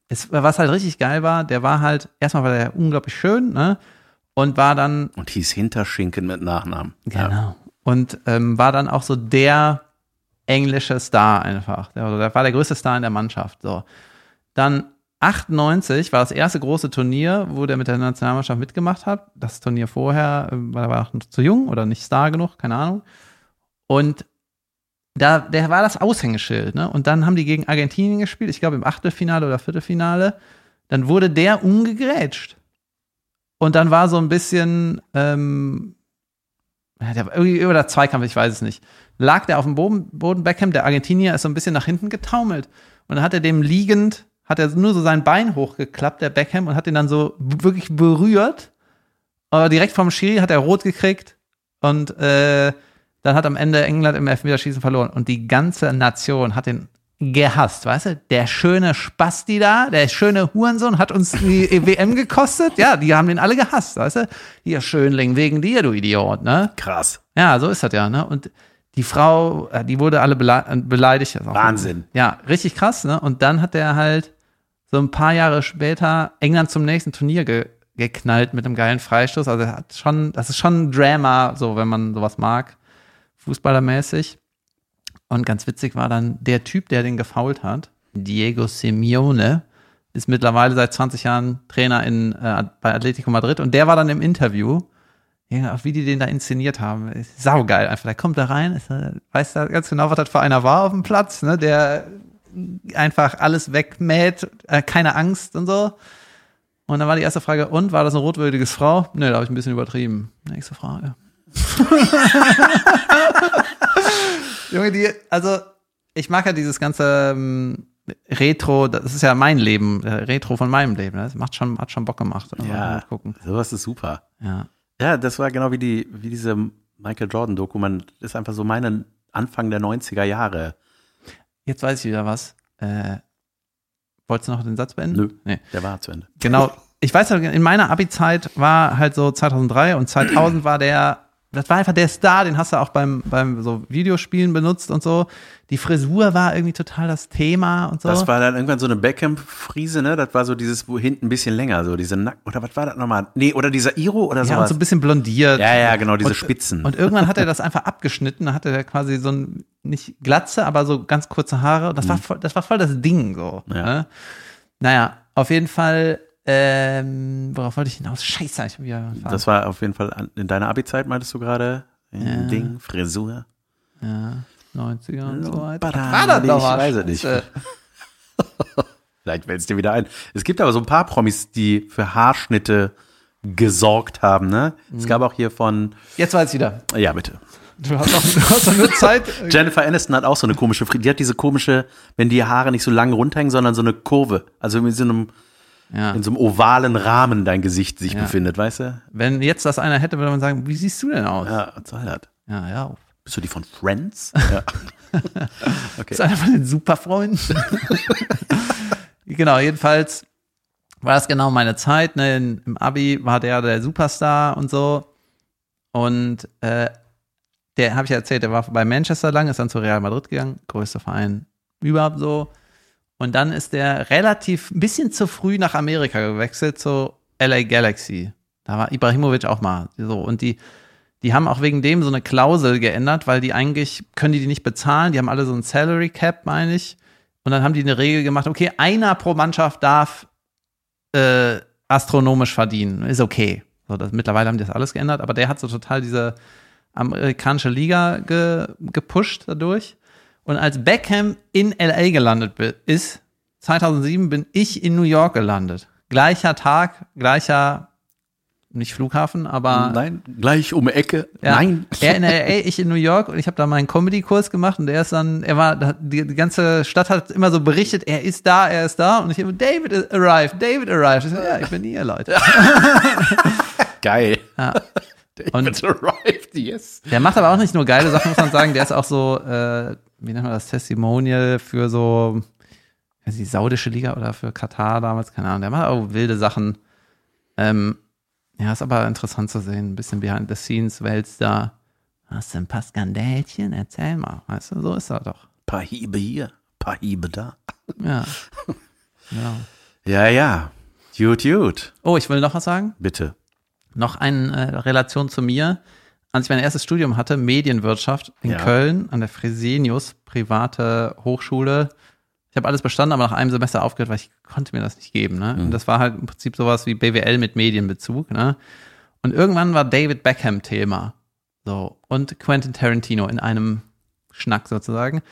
Speaker 2: Es, was halt richtig geil war, der war halt, erstmal war der unglaublich schön, ne? Und war dann,
Speaker 1: Und hieß Hinterschinken mit Nachnamen.
Speaker 2: genau. Und ähm, war dann auch so der englische Star einfach. Der, der war der größte Star in der Mannschaft. So. Dann 98 war das erste große Turnier, wo der mit der Nationalmannschaft mitgemacht hat. Das Turnier vorher, äh, weil er war noch zu jung oder nicht Star genug, keine Ahnung. Und da, der war das Aushängeschild, ne? Und dann haben die gegen Argentinien gespielt, ich glaube im Achtelfinale oder Viertelfinale. Dann wurde der umgegrätscht. Und dann war so ein bisschen, ähm, ja, der, irgendwie über der Zweikampf, ich weiß es nicht, lag der auf dem Boden, Boden Beckham, der Argentinier ist so ein bisschen nach hinten getaumelt. Und dann hat er dem liegend, hat er nur so sein Bein hochgeklappt, der Beckham, und hat ihn dann so b- wirklich berührt. Aber direkt vom Schiri hat er rot gekriegt. Und äh, dann hat am Ende England im Elfmeterschießen verloren. Und die ganze Nation hat den gehasst, weißt du? Der schöne Spasti da, der schöne Hurensohn hat uns die [laughs] WM gekostet. Ja, die haben den alle gehasst, weißt du? Hier, Schönling, wegen dir, du Idiot, ne?
Speaker 1: Krass.
Speaker 2: Ja, so ist das ja, ne? Und die Frau, äh, die wurde alle belei- äh, beleidigt. Also auch-
Speaker 1: Wahnsinn.
Speaker 2: Ja, richtig krass, ne? Und dann hat er halt so ein paar Jahre später England zum nächsten Turnier ge geknallt mit einem geilen Freistoß. Also er hat schon, das ist schon ein Drama, so wenn man sowas mag, fußballermäßig. Und ganz witzig war dann der Typ, der den gefault hat, Diego Simeone, ist mittlerweile seit 20 Jahren Trainer in, äh, bei Atletico Madrid und der war dann im Interview ja, auch wie die den da inszeniert haben, ist saugeil einfach. Der kommt da rein, ist, äh, weiß da ganz genau, was das für einer war auf dem Platz, ne? der einfach alles wegmäht, äh, keine Angst und so. Und dann war die erste Frage, und war das eine rotwürdiges Frau? Nö, da habe ich ein bisschen übertrieben. Nächste Frage. [laughs] Junge, die, also ich mag ja dieses ganze ähm, Retro, das ist ja mein Leben, äh, Retro von meinem Leben. ne? Das macht schon, hat schon Bock gemacht. Also, mal gucken.
Speaker 1: Sowas ist super.
Speaker 2: Ja.
Speaker 1: Ja, das war genau wie die, wie diese Michael Jordan-Doku. Man das ist einfach so meine Anfang der 90er Jahre.
Speaker 2: Jetzt weiß ich wieder was. Äh, wolltest du noch den Satz beenden?
Speaker 1: Nö.
Speaker 2: Nee.
Speaker 1: Der war zu Ende.
Speaker 2: Genau. Ich weiß noch, in meiner Abi-Zeit war halt so 2003 und 2000 war der, das war einfach der Star, den hast du auch beim, beim so Videospielen benutzt und so. Die Frisur war irgendwie total das Thema und so.
Speaker 1: Das war dann irgendwann so eine Beckham-Friese, ne? Das war so dieses, wo hinten ein bisschen länger, so diese Nack Oder was war das nochmal? Nee, oder dieser Iro oder
Speaker 2: ja, und
Speaker 1: sowas.
Speaker 2: so ein bisschen blondiert.
Speaker 1: ja, ja, genau, diese Spitzen.
Speaker 2: [laughs] Und irgendwann hat er das einfach abgeschnitten, da hatte er quasi so ein, nicht Glatze, aber so ganz kurze Haare. Das war voll das, war voll das Ding so.
Speaker 1: Mhm. Ja.
Speaker 2: Ne? Naja, auf jeden Fall, ähm, worauf wollte ich hinaus? Scheiße, ich hab wieder verfahren.
Speaker 1: das war auf jeden Fall an- in deiner Abi-Zeit, meintest du gerade? Ein Ding, Frisur.
Speaker 2: ja, 90er und so weiter.
Speaker 1: Badam,
Speaker 2: Was Äh, war das
Speaker 1: ich
Speaker 2: nochmal?
Speaker 1: weiß es nicht.
Speaker 2: Scheiße.
Speaker 1: Vielleicht fällt es dir wieder ein. Es gibt aber so ein paar Promis, die für Haarschnitte gesorgt haben, ne?
Speaker 2: Mhm.
Speaker 1: Es gab auch hier von,
Speaker 2: Jetzt weiß ich wieder.
Speaker 1: ja, bitte.
Speaker 2: Du hast doch, du hast
Speaker 1: [laughs]
Speaker 2: doch nur Zeit.
Speaker 1: Jennifer Aniston hat auch so eine komische Frisur. Die hat diese komische, wenn die Haare nicht so lang runterhängen, sondern so eine Kurve. Also in so einem,
Speaker 2: Ja.
Speaker 1: in so einem ovalen Rahmen dein Gesicht sich befindet, weißt du?
Speaker 2: Wenn jetzt das einer hätte, würde man sagen, wie siehst du denn aus?
Speaker 1: Ja, was soll das?
Speaker 2: Ja, ja.
Speaker 1: Bist du die von
Speaker 2: [laughs]
Speaker 1: Friends? Ja.
Speaker 2: Ist einer von den Superfreunden. [laughs] genau, jedenfalls war das genau meine Zeit. Ne? In, Im Abi war der der Superstar und so. Und äh, der, habe ich ja erzählt, der war bei Manchester lang, ist dann zu Real Madrid gegangen, größter Verein überhaupt so. Und dann ist der relativ ein bisschen zu früh nach Amerika gewechselt, zu LA Galaxy. Da war Ibrahimovic auch mal so. Und die, die haben auch wegen dem so eine Klausel geändert, weil die eigentlich, können die die nicht bezahlen, die haben alle so ein Salary Cap, meine ich. Und dann haben die eine Regel gemacht, okay, einer pro Mannschaft darf äh, astronomisch verdienen, ist okay. So, das, mittlerweile haben die das alles geändert, aber der hat so total diese amerikanische Liga ge, gepusht dadurch. Und als Beckham in LA gelandet bi- ist, 2007 bin ich in New York gelandet. Gleicher Tag, gleicher, nicht Flughafen, aber
Speaker 1: Nein, gleich um die Ecke.
Speaker 2: ja.
Speaker 1: Nein.
Speaker 2: Er in LA, ich in New York und ich habe da meinen Comedy-Kurs gemacht und er ist dann, er war, da- die, die ganze Stadt hat immer so berichtet, er ist da, er ist da und ich immer, David arrived, David arrived. Ich so, ja, ich bin hier, Leute. [laughs]
Speaker 1: Geil.
Speaker 2: Und
Speaker 3: It's arrived, yes.
Speaker 2: der macht aber auch nicht nur geile Sachen, muss man sagen, der ist auch so, äh, wie nennt man das, Testimonial für so, weiß nicht, saudische Liga oder für Katar damals, keine Ahnung, der macht auch wilde Sachen. Ähm, ja, ist aber interessant zu sehen, ein bisschen behind the scenes, Weltstar. Hast du ein paar Skandälchen? Erzähl mal. Weißt du, so ist er doch.
Speaker 1: [laughs] Paar Hiebe hier, paar Hiebe da.
Speaker 2: Ja. ja.
Speaker 1: Ja, ja. Gut, gut.
Speaker 2: Oh, ich will noch was sagen.
Speaker 1: Bitte.
Speaker 2: Noch eine äh, Relation zu mir. Als ich mein erstes Studium hatte, Medienwirtschaft in
Speaker 1: Ja.
Speaker 2: Köln an der Fresenius, private Hochschule, Ich habe alles bestanden, aber nach einem Semester aufgehört, weil ich konnte mir das nicht geben. Ne? Und das war halt im Prinzip sowas wie BWL mit Medienbezug. Ne? Und irgendwann war David Beckham Thema. So. Und Quentin Tarantino in einem Schnack sozusagen.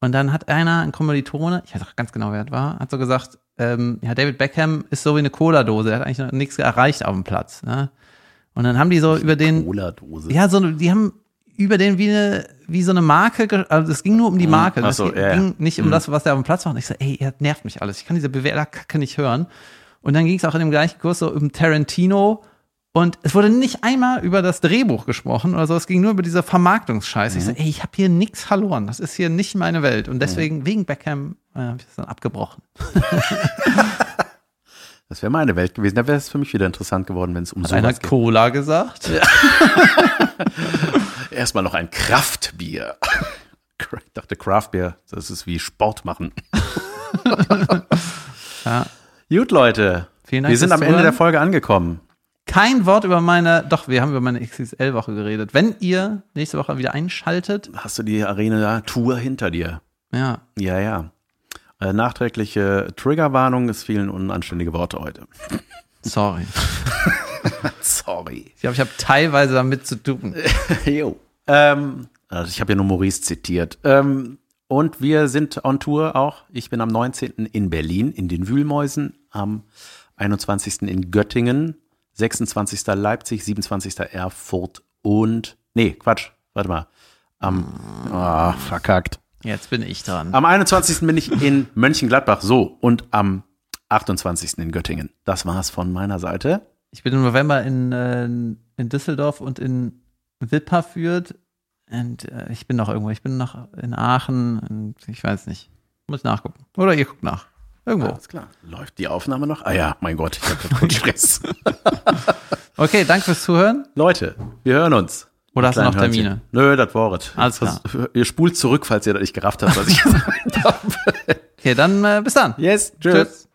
Speaker 2: Und dann hat einer, ein Kommilitone, ich weiß auch ganz genau, wer das war, hat so gesagt, ähm, ja, David Beckham ist so wie eine Cola-Dose, der hat eigentlich noch nichts erreicht auf dem Platz. Ne? Und dann haben die so über den,
Speaker 1: Cola-Dose.
Speaker 2: ja, so, eine- die haben über den wie, eine, wie so eine Marke, ge- also es ging nur um die Marke.
Speaker 1: Mhm. Ach
Speaker 2: Es
Speaker 1: so,
Speaker 2: ging,
Speaker 1: ja, Mhm. ja.
Speaker 2: ging nicht um das, was der auf dem Platz macht. Und ich so, ey, ihr nervt mich alles. Ich kann diese BWLer-Kacke nicht hören. Und dann ging es auch in dem gleichen Kurs so um Tarantino. Und es wurde nicht einmal über das Drehbuch gesprochen oder so. Es ging nur über diese Vermarktungsscheiße.
Speaker 1: Mhm.
Speaker 2: Ich so, ey, ich habe hier nichts verloren. Das ist hier nicht meine Welt. Und deswegen, wegen Beckham, äh, habe ich das dann abgebrochen.
Speaker 1: Das wäre meine Welt gewesen. Da wäre es für mich wieder interessant geworden, wenn es um
Speaker 2: Einer
Speaker 1: sowas
Speaker 2: hat
Speaker 1: geht.
Speaker 2: Cola gesagt.
Speaker 1: Erstmal noch ein Kraftbier. [laughs] Ich dachte, Craftbier, das ist wie Sport [laughs] machen.
Speaker 2: Ja.
Speaker 1: Gut, Leute.
Speaker 2: Vielen Dank
Speaker 1: wir sind
Speaker 2: fürs
Speaker 1: am Ende
Speaker 2: Zuhören.
Speaker 1: der Folge angekommen.
Speaker 2: Kein Wort über meine, doch, wir haben über meine XXL-Woche geredet. Wenn ihr nächste Woche wieder einschaltet,
Speaker 1: Hast du die Arena-Tour hinter dir?
Speaker 2: ja,
Speaker 1: Ja, ja. Äh, nachträgliche Triggerwarnung, es fehlen unanständige Worte heute. [laughs]
Speaker 2: sorry.
Speaker 1: Sorry.
Speaker 2: Ich glaube, ich habe teilweise damit zu tun.
Speaker 1: Jo. Ähm, also ich habe ja nur Maurice zitiert. Ähm, und wir sind on Tour auch. Ich bin am 19. in Berlin, in den Wühlmäusen, am 21. in Göttingen, 26. Leipzig, 27. Erfurt und. Nee, Quatsch, warte mal. Am. Ah, verkackt.
Speaker 2: Jetzt bin ich dran.
Speaker 1: Am 21. bin ich in Mönchengladbach, so. Und am 28. in Göttingen. Das war's von meiner Seite.
Speaker 2: Ich bin im November in, äh, in Düsseldorf und in Wipperfürth. Und äh, ich bin noch irgendwo. Ich bin noch in Aachen. Und ich weiß nicht. Muss nachgucken. Oder ihr guckt nach. Irgendwo.
Speaker 1: Alles klar. Läuft die Aufnahme noch? Ah ja, mein Gott, ich habe [laughs] total Stress.
Speaker 2: Okay, danke fürs Zuhören.
Speaker 1: Leute, wir hören uns.
Speaker 2: Oder hast du
Speaker 1: Kleinen
Speaker 2: noch Termine?
Speaker 1: Hörnchen. Nö, das war's.
Speaker 2: Alles klar.
Speaker 1: Das- [laughs] Ihr
Speaker 2: [laughs]
Speaker 1: spult zurück, falls ihr das nicht gerafft habt, was ich gesagt habe.
Speaker 2: Okay, dann äh, bis dann.
Speaker 1: Yes, tschüss.
Speaker 2: Tschüss.